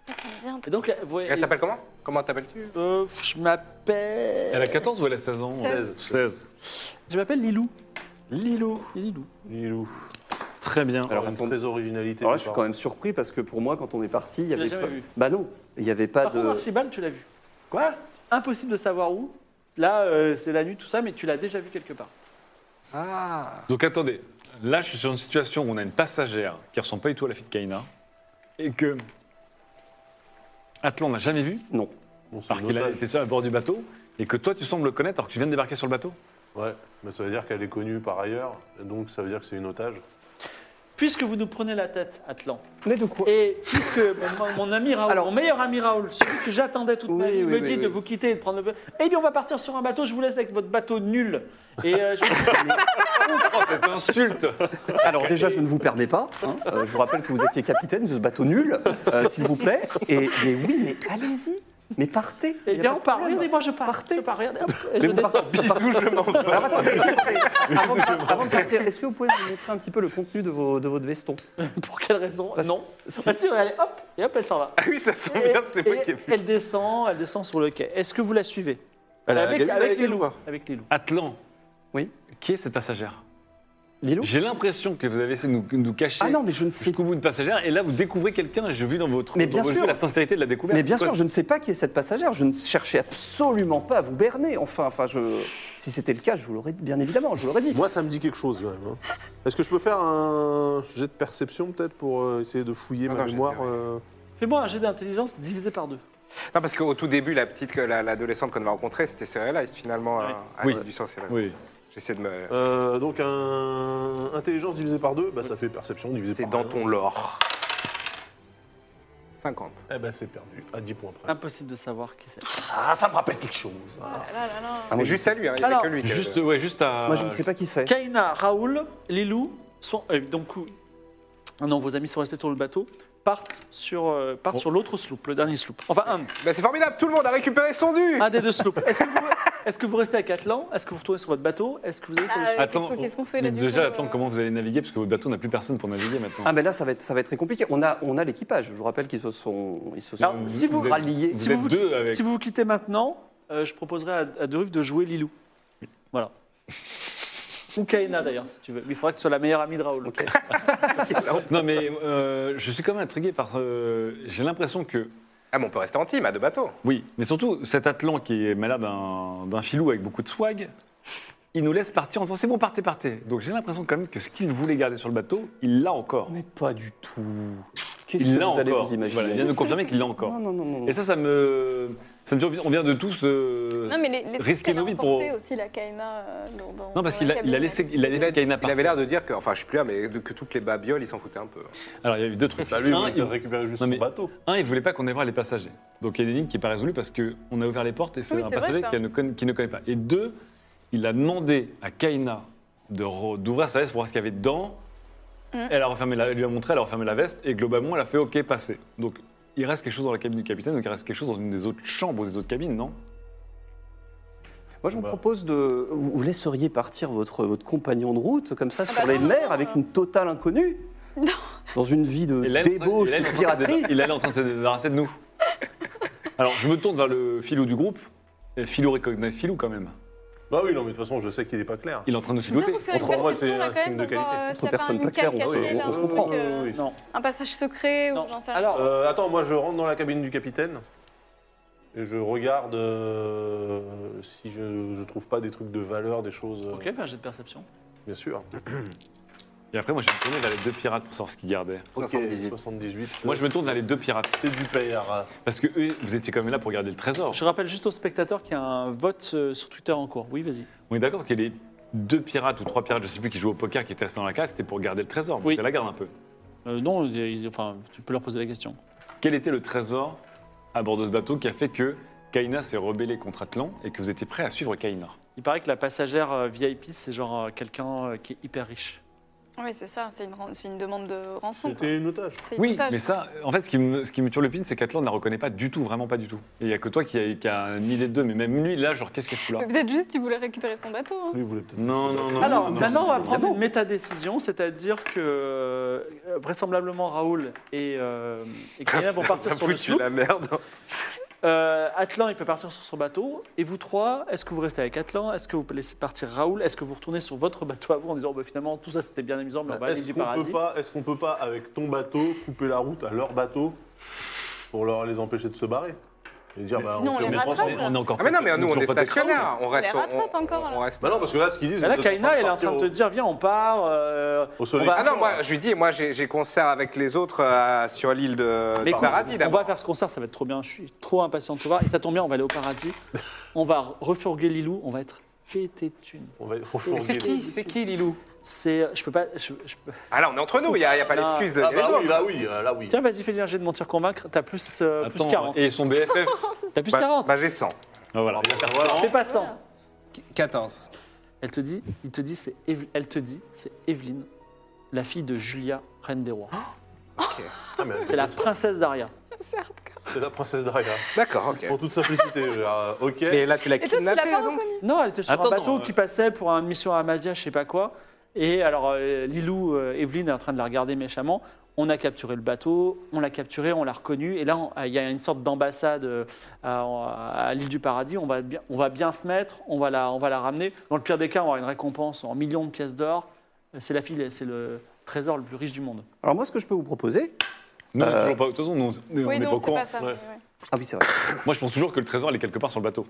S3: Ça, ça me vient.
S2: Et donc, vous voyez-
S6: Elle s'appelle comment Comment t'appelles-tu
S2: Euh, Je m'appelle.
S5: Elle a 14 ou elle a 16 ans
S3: 16.
S5: 16.
S2: Je m'appelle Lilou. Lilou. Lilou.
S7: Lilou.
S5: Très bien.
S7: Alors,
S4: Alors,
S7: une
S4: attendez.
S7: très originalité.
S4: Alors là,
S7: de
S4: je suis
S7: part.
S4: quand même surpris parce que pour moi, quand on est parti, il y
S2: l'as
S4: avait
S2: jamais
S4: pas...
S2: vu.
S4: Bah non, il n'y avait pas
S2: Par
S4: de.
S2: contre, Archibald, tu l'as vu.
S7: Quoi
S2: Impossible de savoir où. Là, euh, c'est la nuit, tout ça, mais tu l'as déjà vu quelque part.
S6: Ah,
S5: Donc attendez, là je suis sur une situation où on a une passagère qui ressemble pas du tout à la fille de Kaina et que Atlan n'a jamais vu,
S4: Non.
S7: On se
S5: alors qu'il a
S7: note.
S5: été seul à bord du bateau, et que toi tu sembles le connaître alors que tu viens de débarquer sur le bateau.
S7: Ouais, mais ça veut dire qu'elle est connue par ailleurs, et donc ça veut dire que c'est une otage.
S2: Puisque vous nous prenez la tête, Atlan,
S4: Mais de quoi
S2: et puisque mon, mon ami Raoul,
S4: Alors-
S2: mon meilleur ami Raoul, celui que j'attendais toute ma
S4: Oui,
S2: vie,
S4: oui,
S2: me
S4: oui,
S2: dit
S4: oui.
S2: de vous quitter et de prendre le bateau. Eh bien, on va partir sur un bateau, je vous laisse avec votre bateau nul. Et euh, je
S5: Oh cette insulte
S4: Alors déjà, je ne vous permets pas. hein. Euh, je vous rappelle que vous étiez capitaine de ce bateau nul, euh, s'il vous plaît. Et mais oui, mais allez-y. Mais partez
S2: Eh
S4: y a
S2: bien,
S4: pas
S2: on
S4: de
S2: part.
S4: problème.
S2: Regardez, moi, je pars.
S4: Partez.
S2: Je pars, regardez. hop, et
S4: Mais
S2: je
S4: vous partez.
S2: descends.
S6: Bisous, je m'en vais.
S4: Alors, attendez, avant, de- avant de partir, est-ce que vous pouvez nous montrer un petit peu le contenu de, vos, de votre veston
S2: Pour quelle raison
S4: Parce-
S2: Non.
S4: si-
S2: Vas-y, regardez, hop, et hop, elle s'en va.
S6: Ah oui, ça tombe bien, c'est moi qui ai
S2: Et
S6: vu.
S2: Elle descend, elle descend sur le quai. Est-ce que vous la suivez
S7: Elle a la
S2: avec,
S7: gamine
S2: avec
S7: avec
S2: les
S7: elle ou
S2: loups.
S7: pas
S2: Avec les loups.
S5: Atlan.
S4: Oui.
S5: Qui est cette passagère
S4: Lilo
S5: J'ai l'impression que vous avez essayé de nous, nous cacher.
S4: Ah non, mais je ne sais
S5: Jusqu'au bout de passagère, et là vous découvrez quelqu'un, et je vis dans votre.
S4: Mais
S5: dans
S4: bien
S5: vos
S4: sûr.
S5: yeux la sincérité de la découverte.
S4: Mais bien
S5: C'est quoi
S4: sûr, je ne sais pas qui est cette passagère. Je ne cherchais absolument pas à vous berner. Enfin, enfin, je... si c'était le cas, je vous l'aurais bien évidemment, je vous l'aurais dit.
S7: Moi, ça me dit quelque chose quand même. hein. Est-ce que je peux faire un jet de perception peut-être pour euh, essayer de fouiller
S6: Ah
S7: ma
S6: non, j'ai
S7: mémoire
S6: fait, ouais.
S7: euh,
S2: Fais-moi un jet d'intelligence divisé par deux.
S6: Non, parce qu'au tout début, la petite, que la- l'adolescente qu'on avait rencontrée, c'était céréaliste finalement.
S2: Oui.
S6: hein,
S5: Oui.
S6: Annie du sang céréal.
S5: Oui.
S6: J'essaie de me.
S7: euh, Donc, un... intelligence divisé par deux, bah, ça fait perception divisé
S6: C'est
S7: par
S6: dans
S7: deux.
S6: ton lore. 50.
S7: Eh ben, c'est perdu, à 10 points près.
S2: Impossible de savoir qui c'est.
S7: Ah, ça me rappelle quelque chose. Ah.
S3: Ah là là.
S4: Ah, moi,
S6: Mais
S4: je-
S6: juste à lui, hein, il n'y avait
S2: Alors,
S6: que lui. qui avait-
S5: Juste, ouais, juste à.
S4: Moi, je ne sais pas qui c'est.
S2: Kaina, Raoul, les loups sont. euh, donc, ou- ah non, vos amis sont restés sur le bateau, partent sur, euh, partent sur l'autre sloop, le dernier sloop. Enfin, un,
S6: Bah, c'est formidable, tout le monde a récupéré son dû
S2: un des deux sloops. Est-ce que, vous- est-ce que vous restez à Catlan Est-ce que vous retournez sur votre bateau Est-ce que vous allez sur le-
S3: Ah, euh,
S5: Attends,
S3: qu'est-ce qu'on- qu'est-ce qu'on fait là
S5: mais
S3: du
S5: déjà,
S3: coup,
S5: attends,
S3: euh,
S5: comment vous allez naviguer Parce que votre bateau n'a plus personne pour naviguer maintenant.
S4: Ah, mais là, ça va être, ça va être très compliqué. On a, on a l'équipage. Je vous rappelle qu'ils se sont, ils se sont
S2: Alors, si vous-
S5: êtes-
S4: ralliés.
S5: Euh, vous
S2: si
S5: êtes
S2: vous-
S5: deux avec.
S2: Si vous vous quittez maintenant, euh, je proposerai à, à Dorif de jouer Lilou. Voilà. Ou Kaina d'ailleurs, si tu veux. Mais il faudrait que ce soit la meilleure amie de Raoul.
S4: Ok.
S5: Non, mais euh, je suis quand même intrigué par. euh, J'ai l'impression que.
S6: Ah, mais on peut rester en team, à deux bateaux.
S5: Oui, mais surtout, cet Atlan qui est malade d'un d'un filou avec beaucoup de swag, il nous laisse partir en disant c'est bon, partez, partez. Donc j'ai l'impression quand même que ce qu'il voulait garder sur le bateau, il l'a encore.
S4: Mais pas du tout. Qu'est-ce
S5: Il
S4: que
S5: l'a
S4: vous allez
S5: encore.
S4: vous imaginer
S5: Voilà, il vient de nous confirmer qu'il l'a encore.
S4: Non, non, non, non, non.
S5: Et ça, ça me. Ça me surprend. on vient de tous. euh,
S3: Non, mais les, les
S5: risquer
S3: risquer
S5: nos
S3: nos
S5: vies pour-
S3: aussi la Kaina euh, dans, dans-
S5: Non, parce
S3: dans
S5: qu'il
S3: la
S5: a, il
S3: cabine.
S5: a laissé, il a
S6: Il,
S5: laissé
S6: a-
S5: Kaina
S6: il
S5: partir.
S6: avait l'air de dire que, enfin, je sais plus là, mais de- que toutes les babioles, ils s'en foutaient un peu.
S5: Alors, il y avait deux trucs.
S7: Bah, lui,
S5: un,
S7: il
S5: il,
S7: va récupérer juste
S5: Non,
S7: son
S5: mais-
S7: bateau.
S5: un, il voulait pas qu'on aille voir les passagers. Donc, il y a une ligne qui n'est pas résolue parce qu'on a ouvert les portes et c'est
S3: Oui,
S5: un
S3: c'est vrai,
S5: passager
S3: ça.
S5: qui ne, conna- qui ne connaît pas. Et deux, il a demandé à Kaina de re- d'ouvrir sa veste pour voir ce qu'il y avait dedans.
S3: Hum.
S5: Elle, a refermé la, elle lui a montré, elle a refermé la veste et globalement, elle a fait OK, passez. Donc, il reste quelque chose dans la cabine du capitaine, donc il reste quelque chose dans une des autres chambres ou des autres cabines, non
S4: Moi, je vous
S7: Bah.
S4: propose de. Vous vous laisseriez partir votre, votre compagnon de route, comme ça, sur
S3: bah
S4: les
S3: non,
S4: mers,
S3: non,
S4: avec
S3: non.
S4: une totale inconnue
S3: Non.
S4: Dans une vie de
S5: Hélène-
S4: débauche et
S5: Hélène
S4: de
S5: est en train de se
S4: piraterie
S5: débar- Il est en train de se débarrasser de nous. Alors, je me tourne vers le philo du groupe. Et Philo recognize Philo quand même.
S7: Bah oui, non, mais de toute façon, je sais qu'il est pas clair.
S5: Il est en train de
S3: Je veux
S5: filoter.
S3: bien vous faire une
S7: Entre moi,
S3: perception,
S7: c'est
S3: là,
S7: un
S3: quand même,
S7: signe de
S3: pour voir,
S7: qualité.
S3: euh,
S4: Entre
S3: s'il y a pas
S4: personnes
S3: un
S4: pas
S3: nickel
S4: claires, on se-
S3: caché,
S4: on
S3: là,
S4: se
S3: un
S4: comprend.
S3: truc, euh,
S7: Oui, oui.
S2: Non.
S3: Un passage secret ou
S2: Non.
S3: j'en sais rien.
S2: Alors,
S7: Euh, attends, moi, je rentre dans la cabine du capitaine et je regarde euh, si je, je trouve pas des trucs de valeur, des choses. euh,
S2: ok, fais un jet de perception.
S7: Bien sûr.
S5: Et après, moi, je vais me tourner vers les deux pirates pour savoir ce qu'ils gardaient.
S7: Ok,
S6: 78.
S7: 78.
S5: Moi, je me tourne vers les deux pirates.
S7: C'est du père.
S5: Parce que eux, vous étiez quand même là pour garder le trésor.
S2: Je rappelle juste aux spectateurs qu'il y a un vote euh, sur Twitter en cours. Oui, vas-y.
S5: On est d'accord que les deux pirates ou trois pirates, je sais plus, qui jouaient au poker, qui étaient restés dans la case, c'était pour garder le trésor.
S2: Oui.
S5: Oui. la garde un peu.
S2: Euh, non, il y a- il- enfin, tu peux leur poser la question.
S5: Quel était le trésor à bord de ce bateau qui a fait que Kaina s'est rebellée contre Atlan et que vous étiez prêt à suivre Kaina
S2: Il paraît que la passagère euh, VIP, c'est genre euh, quelqu'un euh, qui est hyper riche.
S3: Oui, c'est ça, c'est une, ran- c'est une demande de rançon. quoi.
S7: C'était une otage.
S3: C'est une
S5: Oui,
S3: otage.
S5: mais ça, en fait, ce qui me, ce qui me turlupine, c'est qu'Atlan ne la reconnaît pas du tout, vraiment pas du tout. Et il n'y a que toi qui a, qui a une idée de deux, mais même lui, là, genre, qu'est-ce qu'elle fout là
S3: Mais Peut-être juste qu'il voulait récupérer son bateau. hein.
S7: Lui, il voulait peut-être.
S5: Non, non, non.
S2: Alors,
S5: non, non,
S2: maintenant, on va
S5: non.
S2: prendre une métadécision, c'est-à-dire que euh, vraisemblablement Raoul et, euh, et Kaina vont partir sur le sloop.
S6: la merde.
S2: Euh, Atlan, il peut partir sur son bateau. Et vous trois, est-ce que vous restez avec Atlan Est-ce que vous laissez partir Raoul Est-ce que vous retournez sur votre bateau à vous en disant bah, finalement tout ça c'était bien amusant, mais on va aller
S7: Bah, Est-ce
S2: du
S7: qu'on peut
S2: paradis
S7: pas, est-ce qu'on peut pas, avec ton bateau, couper la route à leur bateau pour leur les empêcher de se barrer et dire, bah,
S3: sinon, on
S7: fait
S3: les
S7: des
S3: rattrape,
S7: transports.
S3: là.
S5: On est encore.
S6: Ah, mais non, mais
S5: protect-
S6: nous, on est
S5: toujours protecteurs.
S6: stationnaires. On reste.
S3: les rattrape
S6: on-
S3: encore,
S6: on
S3: là.
S6: reste-
S7: Bah non, parce que là, ce qu'ils disent.
S2: Et Là,
S7: ils sont
S2: Kaina, elle est en
S7: partir
S2: train de
S7: au-
S2: te dire viens, on part. euh,
S7: Au soleil.
S2: on va-
S6: Ah non, moi, je lui dis, moi, j'ai j'ai concert avec les autres euh, sur l'île de
S2: Mais
S6: du
S2: écoute,
S6: paradis
S2: on
S6: d'abord.
S2: va faire ce concert, ça va être trop bien. Je suis trop impatient de te voir. Et ça tombe bien, on va aller au paradis. on va refourguer Lilou. On va être pété de thunes.
S7: On va
S2: Mais c'est
S7: Ah
S2: qui C'est qui Lilou C'est je peux pas. je- je peux-
S6: Ah là, on est entre nous, il n'y a, il y a pas
S2: Ah,
S6: l'excuse de
S7: Ah
S6: il y a les
S7: bah oui,
S6: autres.
S7: là oui, euh, là oui.
S2: Tiens, vas-y, fais le jeu de mentir convaincre. T'as plus euh, plus
S5: Attends,
S2: 40.
S5: Et son BFF.
S2: T'as plus
S6: Bah-
S2: 40.
S6: Bah, j'ai 100.
S5: Ah, voilà. il va faire ça.
S2: Fais pas 100.
S6: 14.
S2: Elle te dit, il te dit, c'est Eve- elle te dit, c'est Evelyne, la fille de Julia, reine des rois.
S7: Ah, mais-
S2: C'est la princesse d'Aria.
S3: C'est hardcore.
S7: C'est la princesse Daria.
S6: D'accord, ok.
S7: Pour toute simplicité. je veux dire, euh, ok.
S6: Mais là, tu l'as
S3: Et toi, tu l'as
S6: kidnappé,
S3: pas
S6: donc
S3: reconnu
S2: Non, elle était sur
S5: Attends,
S2: un bateau
S5: non,
S2: qui
S5: euh.
S2: passait pour une mission à Amazia, je sais pas quoi. Et alors, euh, Lilou, euh, Evelyne est en train de la regarder méchamment. On a capturé le bateau, on l'a capturé, on l'a reconnu. Et là, on- il y a une sorte d'ambassade euh, à, à l'île du paradis. On va, bien, on va bien se mettre, on va, la, on va la ramener. Dans le pire des cas, on va avoir une récompense en millions de pièces d'or. Euh, C'est la fille, c'est le trésor le plus riche du monde.
S4: Alors moi, ce que je peux vous proposer...
S5: Non,
S4: Euh,
S5: toujours pas. De toute façon, nous, on n'est
S3: Oui,
S5: pas
S3: non,
S5: au
S3: c'est
S5: courant.
S3: pas ça.
S5: Ouais.
S3: mais ouais.
S4: Ah oui, c'est vrai.
S5: Moi, je pense toujours que le trésor, il est quelque part sur le bateau.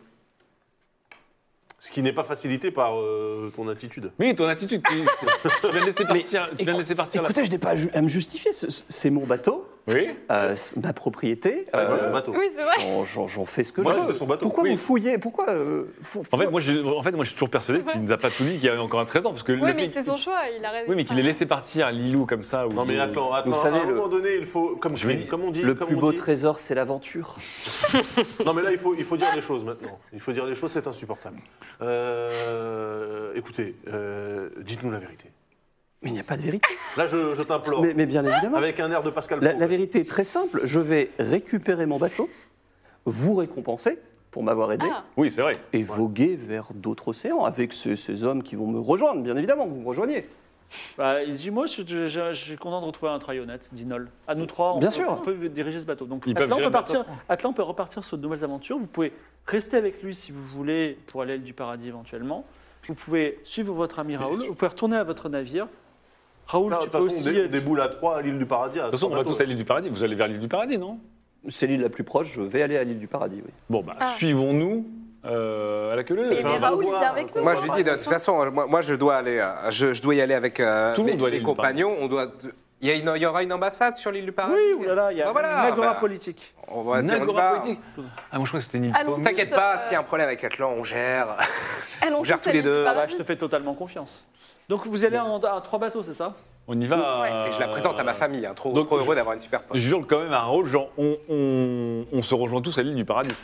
S7: Ce qui n'est pas facilité par euh, ton attitude.
S5: Mais ton attitude, tu, tu viens de laisser partir, tu viens de laisser
S4: Écoute-
S5: partir la-
S4: Écoutez, je n'ai pas à ju- à me justifier. ce- ce- C'est mon bateau,
S5: Oui
S4: euh, c'est ma propriété.
S7: Ah,
S5: bah
S7: c'est
S4: euh,
S7: son bateau.
S3: Oui, c'est vrai.
S4: j'en- J'en j'en fais ce que
S7: Moi,
S4: je
S7: c'est
S4: veux.
S7: son bateau.
S4: Pourquoi
S7: Oui.
S4: vous fouillez Pourquoi euh, fou-
S5: en fait, moi, je, en fait, moi, je suis toujours persuadé qu'il ne nous a pas tout dit, qu'il y avait encore un trésor. Parce que le
S3: Oui,
S5: fait
S3: mais
S5: qu'il-
S3: c'est son choix, il a raison.
S5: Oui, mais qu'il ait laissé partir Lilou comme ça. ou-
S7: Non mais attends, attends.
S4: Vous savez,
S7: à un
S4: le-
S7: moment donné, il faut, comme,
S5: Je me dis,
S7: comme on dit,
S4: le
S7: comme
S4: plus
S7: on
S4: beau
S7: dit-
S4: trésor, c'est l'aventure.
S7: Non mais là, il faut, il faut dire les choses maintenant. Il faut dire les choses, c'est insupportable. Euh, écoutez, euh, dites-nous la vérité.
S4: Mais il n'y a pas de vérité.
S7: Là, je, je t'implore.
S4: Mais, mais bien évidemment.
S7: Avec un air de Pascal
S4: La,
S7: Pro.
S4: la vérité est très simple. Je vais récupérer mon bateau, vous récompenser pour m'avoir aidé
S3: Ah.
S5: Oui, c'est vrai.
S4: et voguer vers d'autres océans avec ces, ces hommes qui vont me rejoindre, bien évidemment. Vous me rejoignez.
S2: Bah, il dit, moi, je, je- je- je suis content de retrouver un travail honnête, dit Nol. À nous trois, on,
S4: Bien
S2: peut,
S4: sûr.
S2: on peut diriger ce bateau. Donc,
S5: Ils peuvent
S2: Atlan
S5: gérer
S2: peut,
S5: le bateau.
S2: partir, Atlan peut repartir sur de nouvelles aventures. Vous pouvez rester avec lui si vous voulez pour aller à l'île du paradis éventuellement. Vous pouvez suivre votre ami Raoul. Vous pouvez retourner à votre navire. Raoul,
S7: Là, de
S2: tu
S7: toute
S2: peux
S7: façon,
S2: aussi.
S7: on dé- on déboule à 3 à l'île du paradis.
S5: De toute façon, on va tous à l'île du paradis. Vous allez vers l'île du paradis, non
S4: C'est l'île la plus proche. Je vais aller à l'île du paradis. Oui.
S5: Bon, bah,
S3: Ah.
S5: suivons-nous euh, à la queue leu
S3: Et mais Raoul, il vient avec nous.
S6: Moi, je lui dis, de toute façon, moi, moi, je, dois aller, euh, je, je dois y aller avec euh,
S5: Tout le
S6: mes,
S5: monde doit aller
S6: mes
S5: lui parler.
S6: compagnons. On doit, il, y a une- il y aura une ambassade sur l'île du Paradis
S2: Ah Oui, oulala, il y a
S6: Bah voilà,
S2: une agora
S6: bah,
S2: politique. Bah,
S6: On va on y va.
S5: politique. Ah, moi, je crois que c'était une île.
S3: Allons tous,
S6: T'inquiète pas,
S3: euh,
S6: s'il y a un problème avec Atlan, on gère.
S3: Allons
S6: On gère
S3: tous
S6: tous
S3: à
S6: les
S3: l'île du
S6: deux. Ah bah,
S2: Ah bah,
S3: paradis.
S2: je te fais totalement confiance. Donc, vous allez en- à trois bateaux, c'est ça
S5: On y va.
S3: Ouais.
S6: Et je la présente à ma famille, hein, trop,
S5: Euh, Donc,
S6: trop
S5: je-
S6: heureux d'avoir une super pote.
S5: Je jure quand même à Raoul, genre, on, on- on se rejoint tous à l'île du paradis.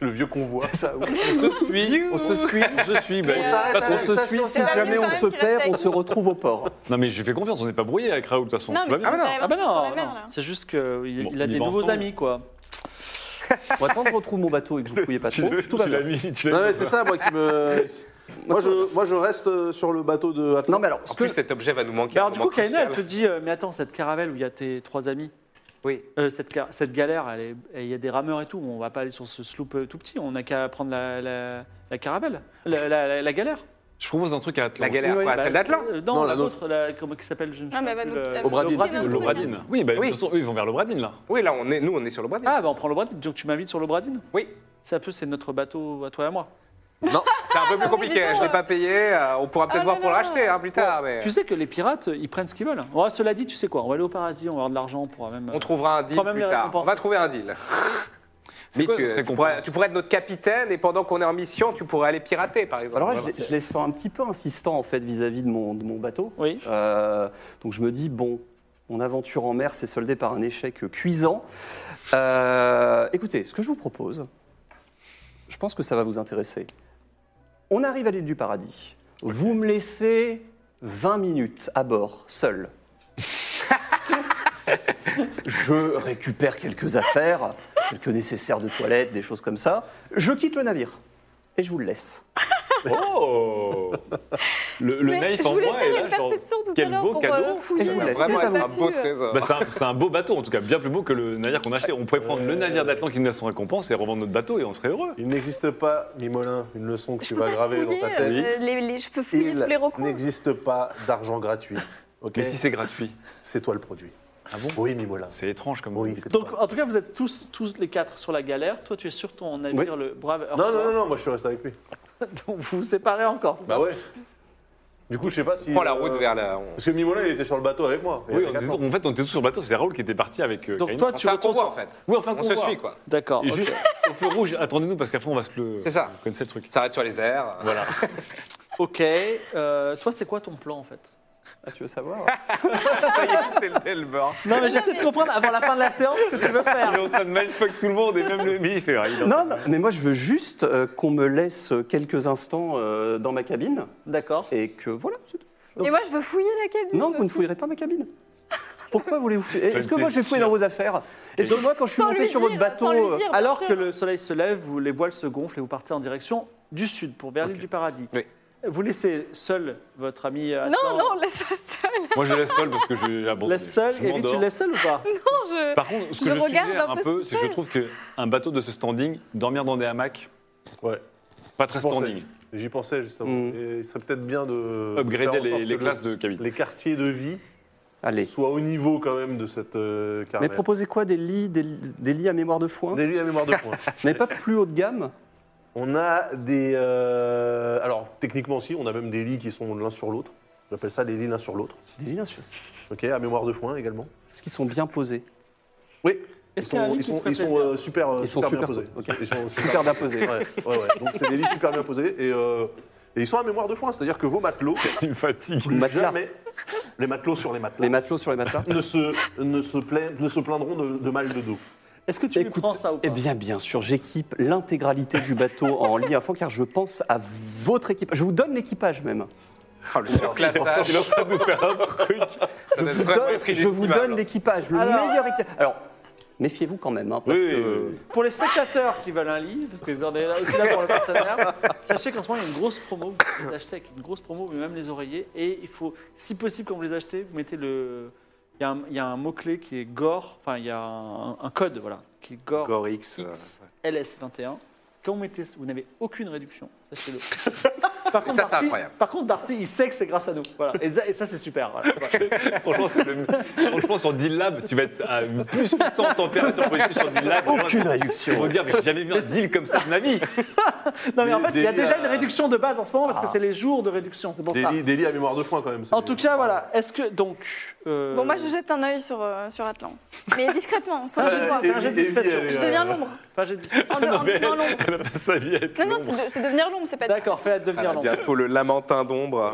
S7: Le vieux convoi.
S4: Ça, oui.
S5: On se suit, on se suit, on se suit. bah,
S3: Mais,
S5: c'est
S3: euh,
S5: pas trop-
S4: On se suit. Si
S3: c'est la
S4: jamais
S3: mieux
S4: on
S3: quand
S4: se
S3: même qui
S4: perd,
S3: reste
S4: on
S3: avec
S4: se retrouve au port.
S5: Non, mais j'ai fait confiance, on n'est pas brouillé avec Raoul, de toute façon.
S3: Non,
S5: tout
S3: mais
S5: va
S3: c'est
S5: bien.
S3: vrai,
S2: Ah
S3: on
S2: bah
S3: est sur la
S2: non,
S3: mer,
S2: non.
S3: là.
S2: c'est juste qu'il
S5: Bon,
S2: il a
S5: on y
S2: des
S5: va
S2: nouveaux
S5: ensemble.
S2: amis, quoi.
S4: On va attendre de retrouver mon bateau et que vous ne fouillez pas
S5: Ah, Tu
S4: trop.
S5: l'as-
S4: Tout va
S5: tu l'as
S4: bien.
S5: mis, tu
S7: Non
S5: l'as
S7: mais
S5: mis.
S7: c'est ça, moi qui me. moi, je, moi, je reste euh, sur le bateau de Atlan.
S4: Non mais alors,
S6: En
S4: ce que
S6: plus, cet objet va nous manquer.
S2: Bah,
S6: à un
S2: alors, du
S6: moment
S2: coup, Kaina, elle te
S6: crucial.
S2: dit euh, Mais attends, cette caravelle où il y a tes trois amis,
S6: Oui.
S2: euh, cette, ca- cette galère, elle est- et il y a des rameurs et tout, on va pas aller sur ce sloop euh, tout petit, on n'a qu'à prendre la, la, la caravelle, la, la- la- la galère.
S5: Je propose un truc à Atlan.
S6: La galère,
S2: Oui,
S6: quoi,
S2: bah,
S6: celle d'Atlan
S2: euh, Non,
S7: Non,
S2: la
S7: la nôtre.
S2: nôtre, la- comment elle s'appelle je ne sais
S3: mais elle va
S2: plus,
S3: nous-
S2: le-
S3: elle va
S7: Obradine.
S3: nous offrir un
S7: bah, Le
S5: Le
S3: truc, hein.
S5: Bradine. Oui, bah,
S6: Oui.
S5: de toute façon, eux, ils vont vers le Bradine, là.
S6: Oui, là, on est, nous, on est sur le bras des-
S2: Ah, bah on prend le Bradine, donc tu m'invites sur le Bradine
S6: Oui.
S2: Ça peut, c'est notre bateau à toi et à moi.
S6: Non, c'est un peu plus
S3: dis
S6: compliqué.
S3: donc,
S6: Je l'ai
S3: euh.
S6: pas payé. euh, On pourra peut-être
S3: Ah
S6: voir
S3: là
S6: pour
S3: là.
S6: l'acheter hein, plus tard. Mais
S2: Tu sais que les pirates, euh, ils prennent ce qu'ils veulent. Ouais, cela dit, tu sais quoi, on va aller au paradis, on va avoir de l'argent, on pourra même. euh,
S6: on trouvera un deal
S2: Quand même,
S6: plus
S2: les
S6: tard.
S2: récompenses.
S6: On va trouver un deal.
S5: C'est quoi
S6: tu,
S5: notre
S6: tu
S5: récompense
S6: pourrais, tu pourrais être notre capitaine et pendant qu'on est en mission, tu pourrais aller pirater, par exemple.
S4: Alors là,
S6: Voilà.
S4: je, les- je les sens un petit peu insistants en fait vis-à-vis de mon, de mon bateau.
S2: Oui.
S4: Euh, donc je me dis, bon, mon aventure en mer s'est soldée par un échec cuisant. Euh, écoutez, ce que je vous propose, je pense que ça va vous intéresser. On arrive à l'île du paradis. Vous me laissez 20 minutes à bord, seul. je récupère quelques affaires, quelques nécessaires de toilette, des choses comme ça. Je quitte le navire et je vous le laisse.
S5: Oh Le, le
S3: Mais
S5: naïf
S3: je
S5: en
S3: voulais
S5: moi
S3: faire
S5: est là,
S3: une
S5: genre.
S3: perception tout à
S5: quel
S3: l'heure
S5: beau
S3: pour,
S5: cadeau.
S3: euh, fouiller
S4: Et je vous
S6: Ça va
S3: les
S4: laisse.
S6: vraiment
S4: les
S6: être un
S3: statues,
S6: beau
S3: euh.
S6: trésor.
S5: Bah, c'est un- c'est un, beau bateau, en tout cas, bien plus beau que le navire qu'on a acheté. On pourrait prendre le navire d'Atlan qui nous a son récompense et revendre notre bateau et on serait heureux.
S7: Il n'existe pas, Mimolin, une leçon que
S3: Je
S7: tu
S3: peux
S7: vas
S3: pas
S7: graver dans
S3: fouiller,
S7: ta
S3: euh,
S7: tête.
S3: les- les- je peux fouiller tous les
S7: Il
S3: recoins.
S7: n'existe pas d'argent gratuit. Ok.
S5: Mais si c'est gratuit.
S7: c'est toi le produit.
S5: Ah bon
S7: Oui, Mimolin.
S5: C'est étrange comme
S7: Oui,
S5: idée.
S7: c'est
S2: Donc,
S7: toi.
S2: en tout cas, vous êtes tous, tous les quatre sur la galère. Toi, tu es sur ton navire, le brave.
S7: Non,
S2: Earthworm.
S7: non, non, non, moi je suis resté avec lui.
S2: Donc, vous vous séparez encore. c'est ça
S7: Bah ouais. Du coup, je sais pas si.
S6: On prend la
S7: euh,
S6: route vers la. on-
S7: Parce que Mimolin, il était sur le bateau avec moi. Il
S5: Oui,
S7: y a
S5: on
S7: quatre
S5: était-
S7: ans.
S5: en fait, on était tous sur le bateau. C'est Raoul qui était parti avec euh,
S2: Donc,
S5: Kaina.
S2: toi,
S6: On
S2: tu
S6: fait un
S2: retournes sur-
S6: convoi, en fait.
S5: Oui, enfin,
S6: On se
S5: convoi.
S6: suit, quoi.
S2: D'accord.
S7: Ah,
S5: Et
S2: ok.
S5: juste au feu rouge, attendez-nous parce qu'après on va se le.
S6: C'est ça.
S5: Vous connaissez le truc.
S6: Ça reste sur les airs.
S5: Voilà.
S2: Ok. euh, toi, c'est quoi ton plan en fait
S4: Ah, tu veux savoir
S6: Ça y est, c'est le Delbord.
S2: Non, mais j'essaie de comprendre avant la fin de la séance ce que tu veux faire.
S5: Il est en train de mindfuck tout le monde et même le mi, il fait. il est en-
S4: Non, non, mais moi je veux juste euh, qu'on me laisse quelques instants euh, dans ma cabine
S2: D'accord.
S4: et que voilà, c'est tout.
S3: Et moi, je veux fouiller la cabine.
S4: Non, vous ne fouillerez pas ma cabine. Pourquoi voulez-vous fouiller Est-ce que moi je vais fouiller dans vos affaires Est-ce que moi quand je suis
S3: Sans
S4: monté
S3: lui
S4: sur
S3: dire,
S4: votre
S3: sans lui
S4: bateau. euh,
S3: dire, bien
S2: Alors
S3: sûr.
S2: que le soleil se lève, vous- les voiles se gonflent et vous partez en direction du sud pour vers l'île du paradis.
S6: Oui.
S2: Vous laissez seul votre ami. euh,
S3: Non,
S2: Atlan.
S3: non, laisse pas seul.
S5: Moi, je laisse seul parce que je abandonne.
S2: Laisse seul.
S5: Je
S2: Et tu
S5: m'endors.
S2: le laisses seul ou pas
S3: Non, je.
S5: Par contre, ce que
S3: Je
S5: je,
S3: regarde
S5: suggère
S3: un
S5: un
S3: peu
S5: peu,
S3: ce qu'il
S5: c'est que je
S3: fait.
S5: trouve qu'un bateau de ce standing, dormir dans des hamacs,
S7: Ouais.
S5: pas très
S7: Je pensais.
S5: standing.
S7: J'y pensais justement.
S4: Mm.
S7: Et il serait peut-être bien de. faire en
S5: Upgrader
S7: sorte
S5: les, les
S7: que le-
S5: classes de cabine.
S7: Les quartiers de vie
S4: Allez.
S7: soient au niveau quand même de cette euh,
S4: Mais
S2: Ah
S7: caravane.
S4: proposez quoi Des lits, des, des lits à mémoire de foin
S7: Des lits à mémoire de points.
S4: Vous n'avez pas plus haut de gamme
S7: On a des. euh, alors, techniquement, si, on a même des lits qui sont l'un sur l'autre. J'appelle ça des lits l'un sur l'autre.
S4: Des lits, bien sûr. Est-ce
S7: Ok, à mémoire de foin également.
S4: qu'ils sont bien posés
S7: Oui. Ils
S2: Est-ce qu'il y a un
S7: sont,
S2: lit
S7: ils
S2: qui
S7: sont-
S2: te ferait
S7: ils sont,
S2: plaisir
S7: euh, super, euh,
S4: Ils sont
S7: super bien
S4: super
S7: posés.
S4: posés, ok.
S7: Ils sont
S4: Super bien posés.
S7: Ouais, ouais, ouais. Donc, c'est des lits super bien posés. Et, euh, et ils sont à mémoire de foin. C'est-à-dire que vos matelots,
S5: Il me fatigue.
S7: plus
S4: Matelas.
S7: jamais, les matelots sur les matelas,
S4: Les matelots sur les matelas
S7: ne, se, ne, se plain- ne se plaindront de, de mal de dos.
S2: Est-ce que tu lui prends ça ou pas
S4: eh bien, bien sûr, j'équipe l'intégralité du bateau en lit à fond car je pense à votre équipage. Je vous donne l'équipage même.
S6: Oh, le surclassage.
S5: Il est en train de nous faire un truc.
S6: Ça doit
S4: Je vous
S6: vraiment
S4: donne,
S6: être
S4: je vous
S6: inestimable.
S4: donne l'équipage, le meilleur équipage. Alors, méfiez-vous quand même, hein, parce
S5: Oui,
S4: que
S2: Pour les spectateurs qui veulent un lit, parce que vous en êtes là- aussi là pour le partenaire, sachez qu'en ce moment, il y a une grosse promo. Vous pouvez les acheter avec une grosse promo, mais même les oreillers. Et il faut, si possible, quand vous les achetez, vous mettez le. Il y a un, il y a un mot-clé qui est gore, enfin, il y a un, un code, voilà, qui est gore,
S6: Gorix. euh,
S2: X LS21. Quand vous mettez, vous n'avez aucune réduction, sachez-le. par, contre,
S6: ça, c'est
S2: Darty-
S6: incroyable.
S2: par contre, Darty, il sait que c'est grâce à nous. Voilà. Et, ça- et ça, c'est super. voilà.
S5: Franchement, c'est le- Franchement, sur Deal Lab, tu vas être à plus 100 température positive sur Deal Lab.
S4: aucune
S5: Ils vont
S4: réduction.
S5: dire, mais j'ai jamais vu un deal comme ça de ma vie.
S2: Non, mais en
S7: Des-
S2: fait, il y a
S7: des-
S2: déjà une réduction de base en ce moment parce que c'est les jours de réduction. C'est pour
S7: Des
S2: ça.
S7: lits, des lits à mémoire de foin quand même.
S2: En
S7: c'est-
S2: tout cas, voilà. Est-ce que donc. euh,
S3: Bon, moi, je jette un œil sur, euh, sur Atlan. Mais discrètement, sans
S2: Ah,
S3: que je le
S2: j'ai-
S3: voie.
S2: j'ai- un jet de
S7: Evie,
S2: discrétion.
S7: elle est-
S3: Je deviens l'ombre.
S2: Enfin, j'ai dit-
S3: En, de- en devenant l'ombre.
S5: Elle a pas sa vie à être
S3: Non, non,
S5: l'ombre.
S3: c'est de- c'est devenir l'ombre, c'est pas
S2: D'accord, fais à
S6: Ah,
S2: devenir l'ombre.
S6: bientôt le lamentin d'ombre.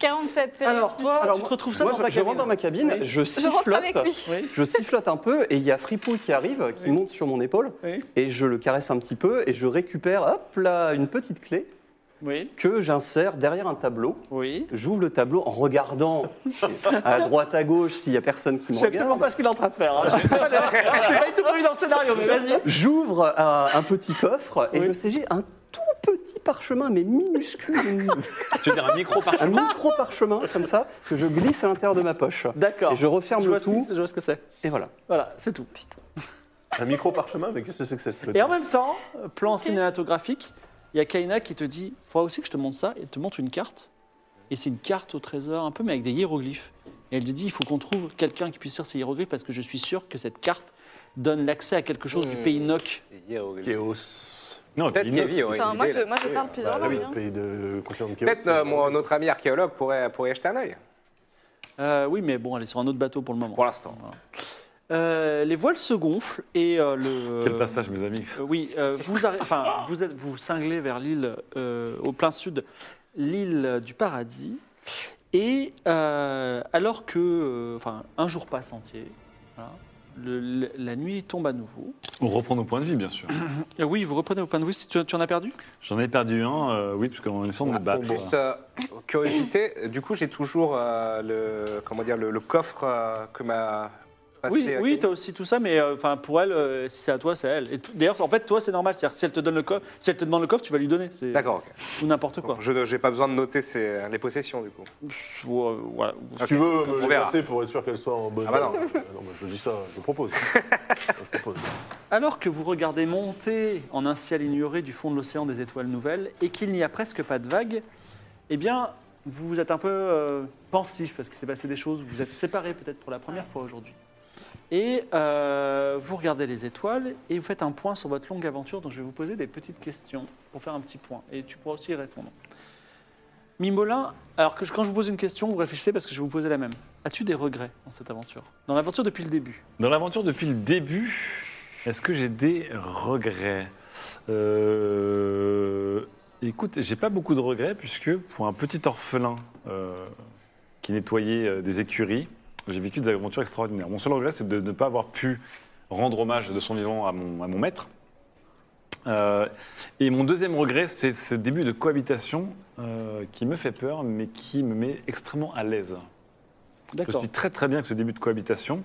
S3: 47. c'est
S2: Alors,
S3: réussi.
S2: toi,
S4: Alors,
S2: tu te
S4: moi-
S2: retrouves ça
S4: Moi,
S2: dans
S4: je,
S2: ta
S4: je rentre dans ma
S2: cabine.
S4: cabine,
S2: Oui.
S4: je
S3: Je rentre
S4: sifflote,
S3: avec lui.
S2: Oui.
S4: je sifflote un peu et il y a Fripouille qui arrive, qui
S2: Oui.
S4: monte sur mon épaule
S2: Oui.
S4: et je le caresse un petit peu et je récupère, hop là, une petite clé
S2: Oui.
S4: que j'insère derrière un tableau.
S2: Oui.
S4: J'ouvre le tableau en regardant à droite, à gauche, s'il n'y a personne qui
S2: Je
S4: me
S2: sais absolument
S4: regarde.
S2: pas ce qu'il est en train de faire. hein. Je sais pas, le- j'ai pas du tout prévu dans le scénario, mais vas-y.
S4: J'ouvre euh, un, un petit coffre et
S2: Oui.
S4: je saisis un tout petit parchemin, mais minuscule, une-
S5: Tu veux dire un micro par
S4: un micro parchemin comme ça, que je glisse à l'intérieur de ma poche.
S2: D'accord.
S4: Et je referme
S2: vois
S4: le
S2: ce que-
S4: tout,
S2: je vois ce que c'est.
S4: et voilà.
S2: Voilà, c'est tout.
S7: Un micro parchemin, mais qu'est-ce que c'est que cette
S2: Et en même temps, plan cinématographique, il y a Kaina qui te dit faudra aussi que je te montre ça. Et elle te montre une carte. Et c'est une carte au trésor, un peu, mais avec des hiéroglyphes. Et elle te dit il faut qu'on trouve quelqu'un qui puisse faire ces hiéroglyphes parce que je suis sûr que cette carte donne l'accès à quelque chose du
S6: Hmm.
S2: pays Noc.
S7: Chaos.
S5: Non,
S6: Peut-être
S5: Inox,
S6: Kevin, ouais.
S3: Enfin, moi,
S6: Une idée
S3: je, moi, je
S6: là-dessus,
S3: parle
S6: euh,
S3: plusieurs
S7: Bah
S3: langues.
S7: oui,
S3: hein.
S7: pays de confirme Chaos.
S6: Peut-être
S7: c'est-
S6: euh, mon- notre ami archéologue pourrait, pourrait y jeter un œil.
S2: Euh, oui, mais bon, elle est sur un autre bateau pour le moment.
S6: Pour l'instant.
S2: Voilà. Euh, les voiles se gonflent et euh, le.
S5: Quel passage, mes amis.
S2: Euh, oui, euh, vous, arri- enfin, vous êtes vous cinglez vers l'île euh, au plein sud, l'île du paradis. Et euh, alors que, euh, enfin, un jour passe entier, voilà, le- le- la nuit tombe à nouveau.
S5: On reprend nos points de vue, bien sûr.
S2: Euh, oui, vous reprenez vos points de vue. Si tu, tu en as perdu
S5: J'en ai perdu un, euh, oui, parce qu'on est sans
S6: Ah,
S5: nous battre.
S6: Juste euh, curiosité, du coup j'ai toujours euh, le comment dire le, le coffre euh, que m'a passé,
S2: Oui,
S6: euh,
S2: oui,
S6: Kevin.
S2: t'as aussi tout ça, mais euh, enfin pour elle, euh, si c'est à toi, c'est à elle. Et t- D'ailleurs, en fait, toi, c'est normal. C'est-à-dire, que si elle te donne le coffre, si elle te demande le coffre, tu vas lui donner. c'est-
S6: D'accord. ok.
S2: Ou n'importe quoi.
S6: Donc, Je n'ai pas besoin de noter ces- les possessions du coup.
S2: Pff, ouais, euh, voilà.
S7: Si tu veux
S6: on
S7: me les
S6: verra.
S7: passer pour être sûr qu'elle soit en bonne.
S6: Ah bah non.
S7: Euh, non, mais je dis ça, je propose. je propose.
S2: Alors que vous regardez monter en un ciel ignoré du fond de l'océan des étoiles nouvelles et qu'il n'y a presque pas de vagues, eh bien, vous êtes un peu euh, pensif parce qu'il s'est passé des choses, vous êtes séparés peut-être pour la première fois aujourd'hui. Et euh, vous regardez les étoiles et vous faites un point sur votre longue aventure dont je vais vous poser des petites questions pour faire un petit point et tu pourras aussi y répondre. Mimolin, alors que je- quand je vous pose une question, vous réfléchissez parce que je vais vous poser la même. As-tu des regrets dans cette aventure Dans l'aventure depuis le début
S5: Dans l'aventure depuis le début, est-ce que j'ai des regrets Euh, Écoute, j'ai pas beaucoup de regrets puisque pour un petit orphelin euh, qui nettoyait euh, des écuries, j'ai vécu des aventures extraordinaires. Mon seul regret, c'est de ne pas avoir pu rendre hommage de son vivant à mon, à mon maître. Euh, et mon deuxième regret, c'est ce début de cohabitation euh, qui me fait peur, mais qui me met extrêmement à l'aise. Je
S2: D'accord.
S5: suis très très bien avec ce début de cohabitation.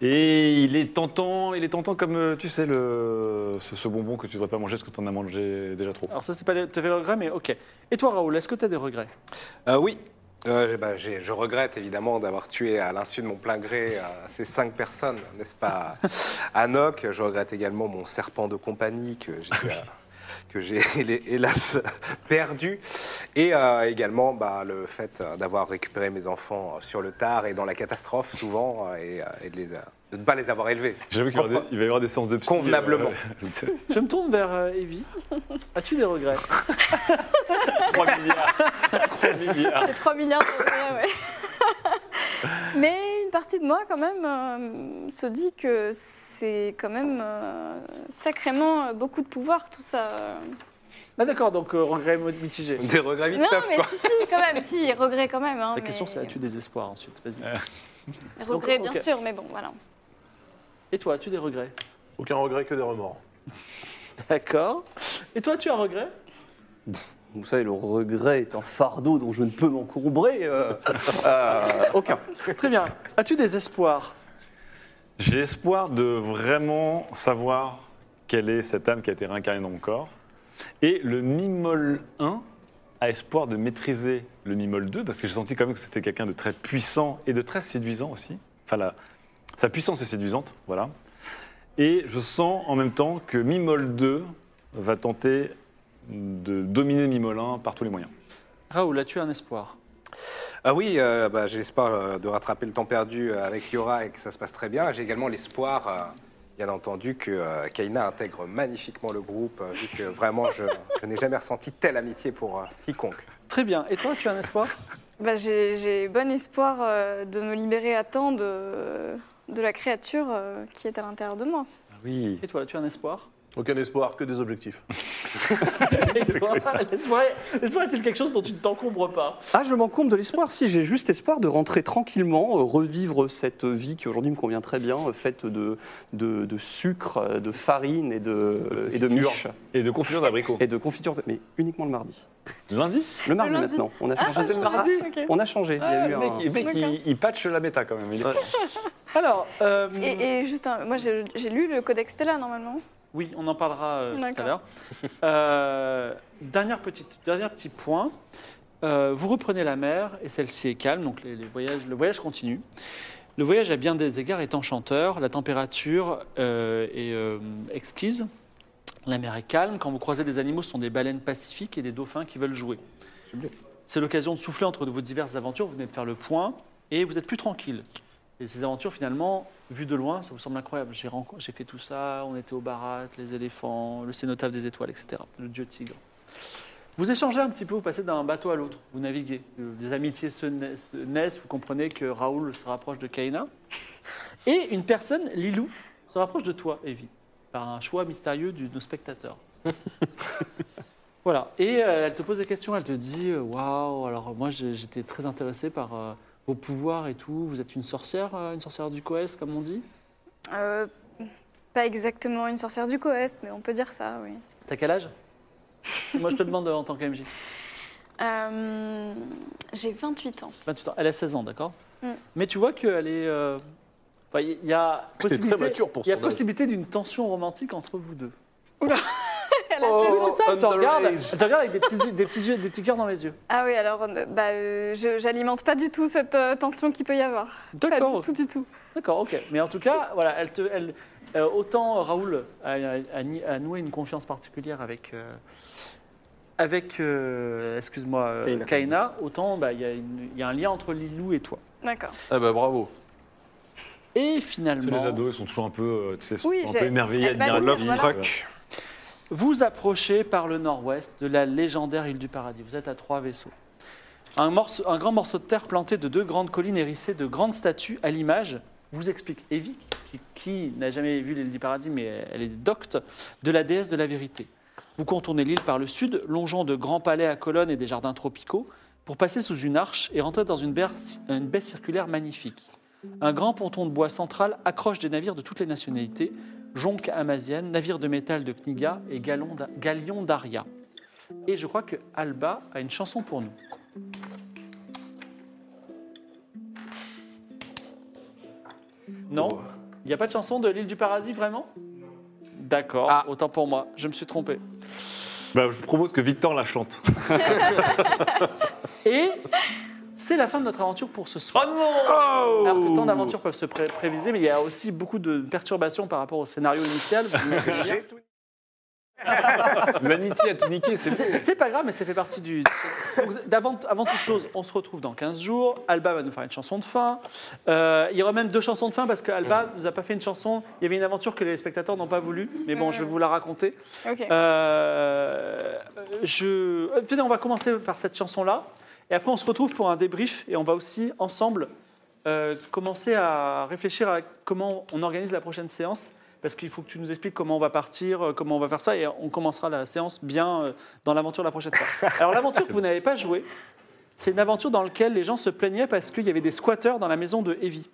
S5: Et il est tentant, il est tentant comme, euh, tu sais, le, ce, ce bonbon que tu devrais pas manger parce que tu en as mangé déjà trop.
S2: Alors ça, c'est pas tout à fait le regret, mais ok. Et toi, Raoul, est-ce que tu as des regrets
S6: Euh, oui. Euh, bah, j'ai- je regrette évidemment d'avoir tué à l'insu de mon plein gré euh, ces cinq personnes, n'est-ce pas, Anok Je regrette également mon serpent de compagnie que j'ai, euh, que j'ai hé- hélas perdu. Et euh, également bah, le fait euh, d'avoir récupéré mes enfants euh, sur le tard et dans la catastrophe souvent, euh, et, euh, et de, les, euh, de ne pas les avoir élevés.
S5: J'avoue qu'il va y avoir des- il va y avoir des séances de psy.
S6: Convenablement.
S5: euh,
S2: Je me tourne vers euh, Evie. As-tu des regrets
S5: 3 milliards. 3 milliards.
S3: J'ai 3 milliards de regrets, ouais. Mais une partie de moi, quand même, euh, se dit que c'est quand même euh, sacrément euh, beaucoup de pouvoir, tout ça.
S2: Ah d'accord, donc euh, regrets mo- mitigés.
S6: Des regrets vite
S3: Non,
S6: neufs,
S3: mais
S6: quoi.
S3: si, si, quand même, si, regrets quand même. hein,
S2: La
S3: mais-
S2: question, c'est as-tu des espoirs ensuite Vas-y.
S3: Regrets,
S2: Donc,
S3: bien
S2: ok.
S3: sûr, mais bon, voilà.
S2: Et toi, as-tu des regrets
S7: Aucun regret que des remords.
S2: D'accord. Et toi, tu as un regret
S4: Vous savez, le regret est un fardeau dont je ne peux m'encombrer. euh, euh, aucun.
S2: Très bien. As-tu des espoirs
S5: J'ai espoir de vraiment savoir quelle est cette âme qui a été réincarnée dans mon corps. Et le Mimol 1 a espoir de maîtriser le Mimol 2, parce que j'ai senti quand même que c'était quelqu'un de très puissant et de très séduisant aussi. Enfin, la- sa puissance est séduisante, voilà. Et je sens en même temps que Mimol 2 va tenter de dominer Mimol 1 par tous les moyens.
S2: Raoul, as-tu un espoir
S6: Ah oui, euh, bah, j'ai l'espoir euh, de rattraper le temps perdu euh, avec Yora et que ça se passe très bien. J'ai également l'espoir, euh, bien entendu, que euh, Kaina intègre magnifiquement le groupe, euh, vu que vraiment je, je n'ai jamais ressenti telle amitié pour euh, quiconque.
S2: Très bien. Et toi, tu as un espoir
S3: Bah, j'ai, j'ai bon espoir euh, de me libérer à temps de, de la créature euh, qui est à l'intérieur de moi.
S5: Oui.
S2: Et toi, tu as un espoir
S7: Aucun espoir que des objectifs.
S2: Et toi, l'espoir l'espoir est-il quelque chose dont tu ne t'encombres pas
S4: Ah, je m'encombre de l'espoir. Si, j'ai juste espoir de rentrer tranquillement, euh, revivre cette vie qui aujourd'hui me convient très bien, euh, faite de, de, de sucre, euh, de farine et de, et de miche.
S5: Et de confiture d'abricot.
S4: Et de confiture, de- mais uniquement le mardi.
S5: Lundi
S4: Le mardi
S3: lundi.
S4: maintenant. On a changé.
S5: c'est le mardi
S3: Ok.
S4: On a changé. Il y a
S5: Ah,
S4: eu
S5: le mec,
S4: un-
S5: le mec, il, il patch la méta quand même. Il est fort.
S2: Alors, euh,
S3: Et, et juste, un- moi j'ai, j'ai lu le Codex Stella normalement.
S2: oui, on en parlera euh, tout à
S3: D'accord.
S2: l'heure. Euh, dernière petite, dernier petit point. Euh, vous reprenez la mer et celle-ci est calme, donc les, les voyages, le voyage continue. Le voyage à bien des égards est enchanteur, la température euh, est euh, exquise, la mer est calme. Quand vous croisez des animaux, ce sont des baleines pacifiques et des dauphins qui veulent jouer. C'est l'occasion de souffler entre vos diverses aventures, vous venez de faire le point et vous êtes plus tranquille. Et ces aventures, finalement, vues de loin, ça vous semble incroyable. J'ai renco- j'ai fait tout ça, on était au barat, les éléphants, le cénotaphe des étoiles, etc. Le dieu tigre. Vous échangez un petit peu, vous passez d'un bateau à l'autre, vous naviguez. Euh, Des amitiés se na- se naissent, vous comprenez que Raoul se rapproche de Kaina. Et une personne, Lilou, se rapproche de toi, Evie, par un choix mystérieux du- de nos spectateurs. voilà. Et euh, elle te pose des questions, elle te dit euh, Waouh, alors moi j'ai- j'étais très intéressé par. euh, vos pouvoirs et tout. Vous êtes une sorcière, euh, une sorcière du Coes, comme on dit.
S3: Euh, pas exactement une sorcière du Coest, mais on peut dire ça, oui.
S2: T'as quel âge Moi, je te demande euh, en tant qu'MJ.
S3: Euh, j'ai 28 ans.
S2: 28 ans. Elle a 16 ans, d'accord
S3: Mm.
S2: Mais tu vois qu'elle est. euh, enfin, Il y a possibilité,
S7: très mature pour
S2: il y a
S7: son âge.
S2: possibilité d'une tension romantique entre vous deux.
S3: Elle a
S7: Oh,
S2: Oui, c'est ça, elle te, regarde,
S7: underage.
S2: elle te regarde avec des petits, yeux- des petits, yeux- des petits cœurs dans les yeux.
S3: Ah oui, alors euh, bah, euh, je- j'alimente pas du tout cette euh, tension qu'il peut y avoir. Pas
S2: D'accord,
S3: du tout, du tout.
S2: D'accord, ok. Mais en tout cas, voilà, elle te, elle, euh, autant Raoul a, a- a ni- a noué une confiance particulière avec, euh, avec euh, excuse-moi, euh,
S6: Kaina.
S2: Kaina, autant bah, il y, a une- il y a un lien entre Lilou et toi.
S3: D'accord.
S7: Ah bah bravo.
S2: Et
S5: Parce que
S2: finalement,
S5: les ados, ils sont toujours un peu, euh, tu sais, sont
S3: Oui,
S5: un
S3: j'ai-
S5: peu émerveillés,
S3: elle m'a
S5: admiratifs.
S3: dit,
S5: Love
S3: voilà.
S5: struck.
S2: vous approchez par le nord-ouest de la légendaire île du paradis. Vous êtes à trois vaisseaux. Un, morceau- un grand morceau de terre planté de deux grandes collines hérissées de grandes statues à l'image vous explique Evie, qui, qui n'a jamais vu l'île du paradis, mais elle est docte, de la déesse de la vérité. Vous contournez l'île par le sud, longeant de grands palais à colonnes et des jardins tropicaux, pour passer sous une arche et rentrer dans une, berce- une baie circulaire magnifique. Un grand ponton de bois central accroche des navires de toutes les nationalités, jonques amaziennes, navires de métal de Kniga et galons d'a- galions d'Aria. Et je crois que Alba a une chanson pour nous. Non Il n'y a pas de chanson de l'île du paradis, vraiment D'accord,
S6: Ah.
S2: autant pour moi, je me suis trompé.
S5: Bah, je propose que Victor la chante.
S2: Et c'est la fin de notre aventure pour ce soir.
S5: Oh
S2: Alors que tant d'aventures peuvent se pré- préviser, mais il y a aussi beaucoup de perturbations par rapport au scénario initial. vous imaginez bien.
S5: L'amitié a tout niqué, c'est
S2: C'est c'est pas grave, mais ça fait partie du. Donc, d'avant- avant toute chose, on se retrouve dans 15 jours. Alba va nous faire une chanson de fin. Euh, il y aura même deux chansons de fin parce que Alba nous a pas fait une chanson. Il y avait une aventure que les spectateurs n'ont pas voulu, mais bon, je vais vous la raconter.
S3: Ok.
S2: Euh, je... euh, tenez, on va commencer par cette chanson-là. Et après, on se retrouve pour un débrief. Et on va aussi, ensemble, euh, commencer à réfléchir à comment on organise la prochaine séance. Parce qu'il faut que tu nous expliques comment on va partir, euh, comment on va faire ça. Et on commencera la séance bien euh, dans l'aventure la prochaine fois. Alors, l'aventure que vous n'avez pas jouée, c'est une aventure dans laquelle les gens se plaignaient parce qu'il y avait des squatteurs dans la maison de Evie.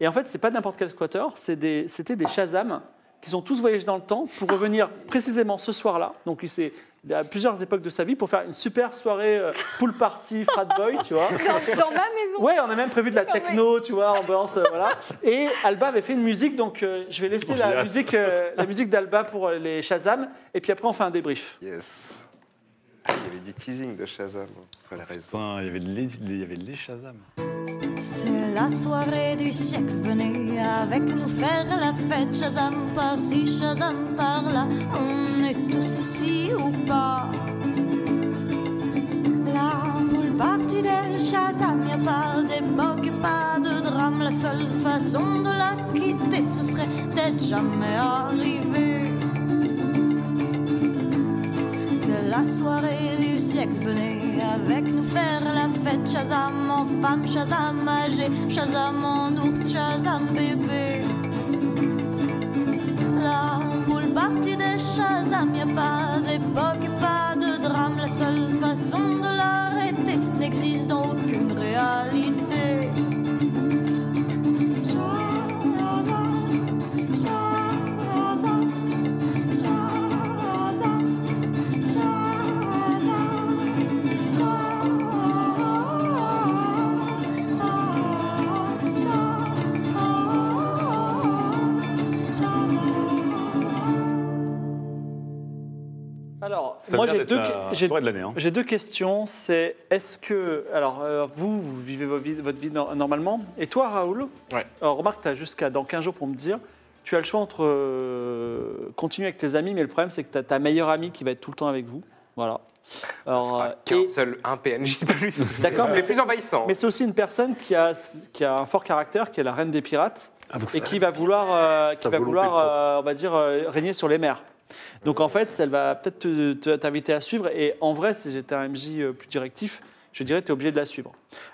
S2: Et en fait, c'est pas n'importe quel squatter, c'est des- c'était des Shazam qui ont tous voyagé dans le temps pour revenir précisément ce soir-là. Donc, il s'est à plusieurs époques de sa vie pour faire une super soirée euh, pool party frat boy, tu vois.
S3: Dans, dans ma maison.
S2: Ouais, on a même prévu de la techno, tu vois, ambiance, euh, voilà. Et Alba avait fait une musique, donc euh, je vais laisser la musique, euh, la musique d'Alba pour euh, les Shazam, et puis après on fait un débrief.
S6: Yes. Ah, il y avait du teasing de Shazam. Sur la raison.
S5: Putain, il y avait les, il y avait les Shazam.
S8: C'est la soirée du siècle, venez avec nous faire la fête. Shazam par-ci, Shazam par-là, on est tous ici ou pas. La boule partie d'elle, Shazam, y a pas d'époque, et pas de drame. La seule façon de la quitter, ce serait d'être jamais arrivé. C'est la soirée du siècle, venez avec nous faire la fête. Shazam en femme, Shazam âgée, Shazam en ours, Shazam bébé. La boule partie des Shazam, y a pas d'époque, pas de drame. La seule façon de l'arrêter n'existe dans aucune réalité. Shazam, Shazam, Shazam.
S2: Alors,
S5: Ça
S2: moi
S5: vient
S2: j'ai
S5: d'être
S2: deux,
S5: la
S2: que- j'ai-
S5: soirée de l'année, hein.
S2: j'ai deux questions. C'est est-ce que, alors euh, vous, vous vivez vos vies- votre vie nor- normalement, et toi Raoul,
S6: Ouais.
S2: alors, remarque, tu as jusqu'à dans 15 jours pour me dire, tu as le choix entre euh, continuer avec tes amis, mais le problème c'est que tu as ta meilleure amie qui va être tout le temps avec vous. Voilà. Alors,
S6: Ah,
S2: euh,
S6: qu'un
S2: et-
S6: seul, un PNJ de plus.
S2: D'accord, mais
S6: mais
S2: c'est-
S6: plus envahissant. Ah
S2: Mais c'est aussi une personne qui a, qui a un fort caractère, qui est la reine des pirates, et qui va vouloir, euh, qui
S7: Sa
S2: va
S7: volonté
S2: vouloir
S7: propre.
S2: euh, on va dire, euh, régner sur les mers. Donc en fait, elle va peut-être te- te- t'inviter à suivre, et en vrai, si j'étais un MJ euh, plus directif, je dirais tu es obligé de la suivre.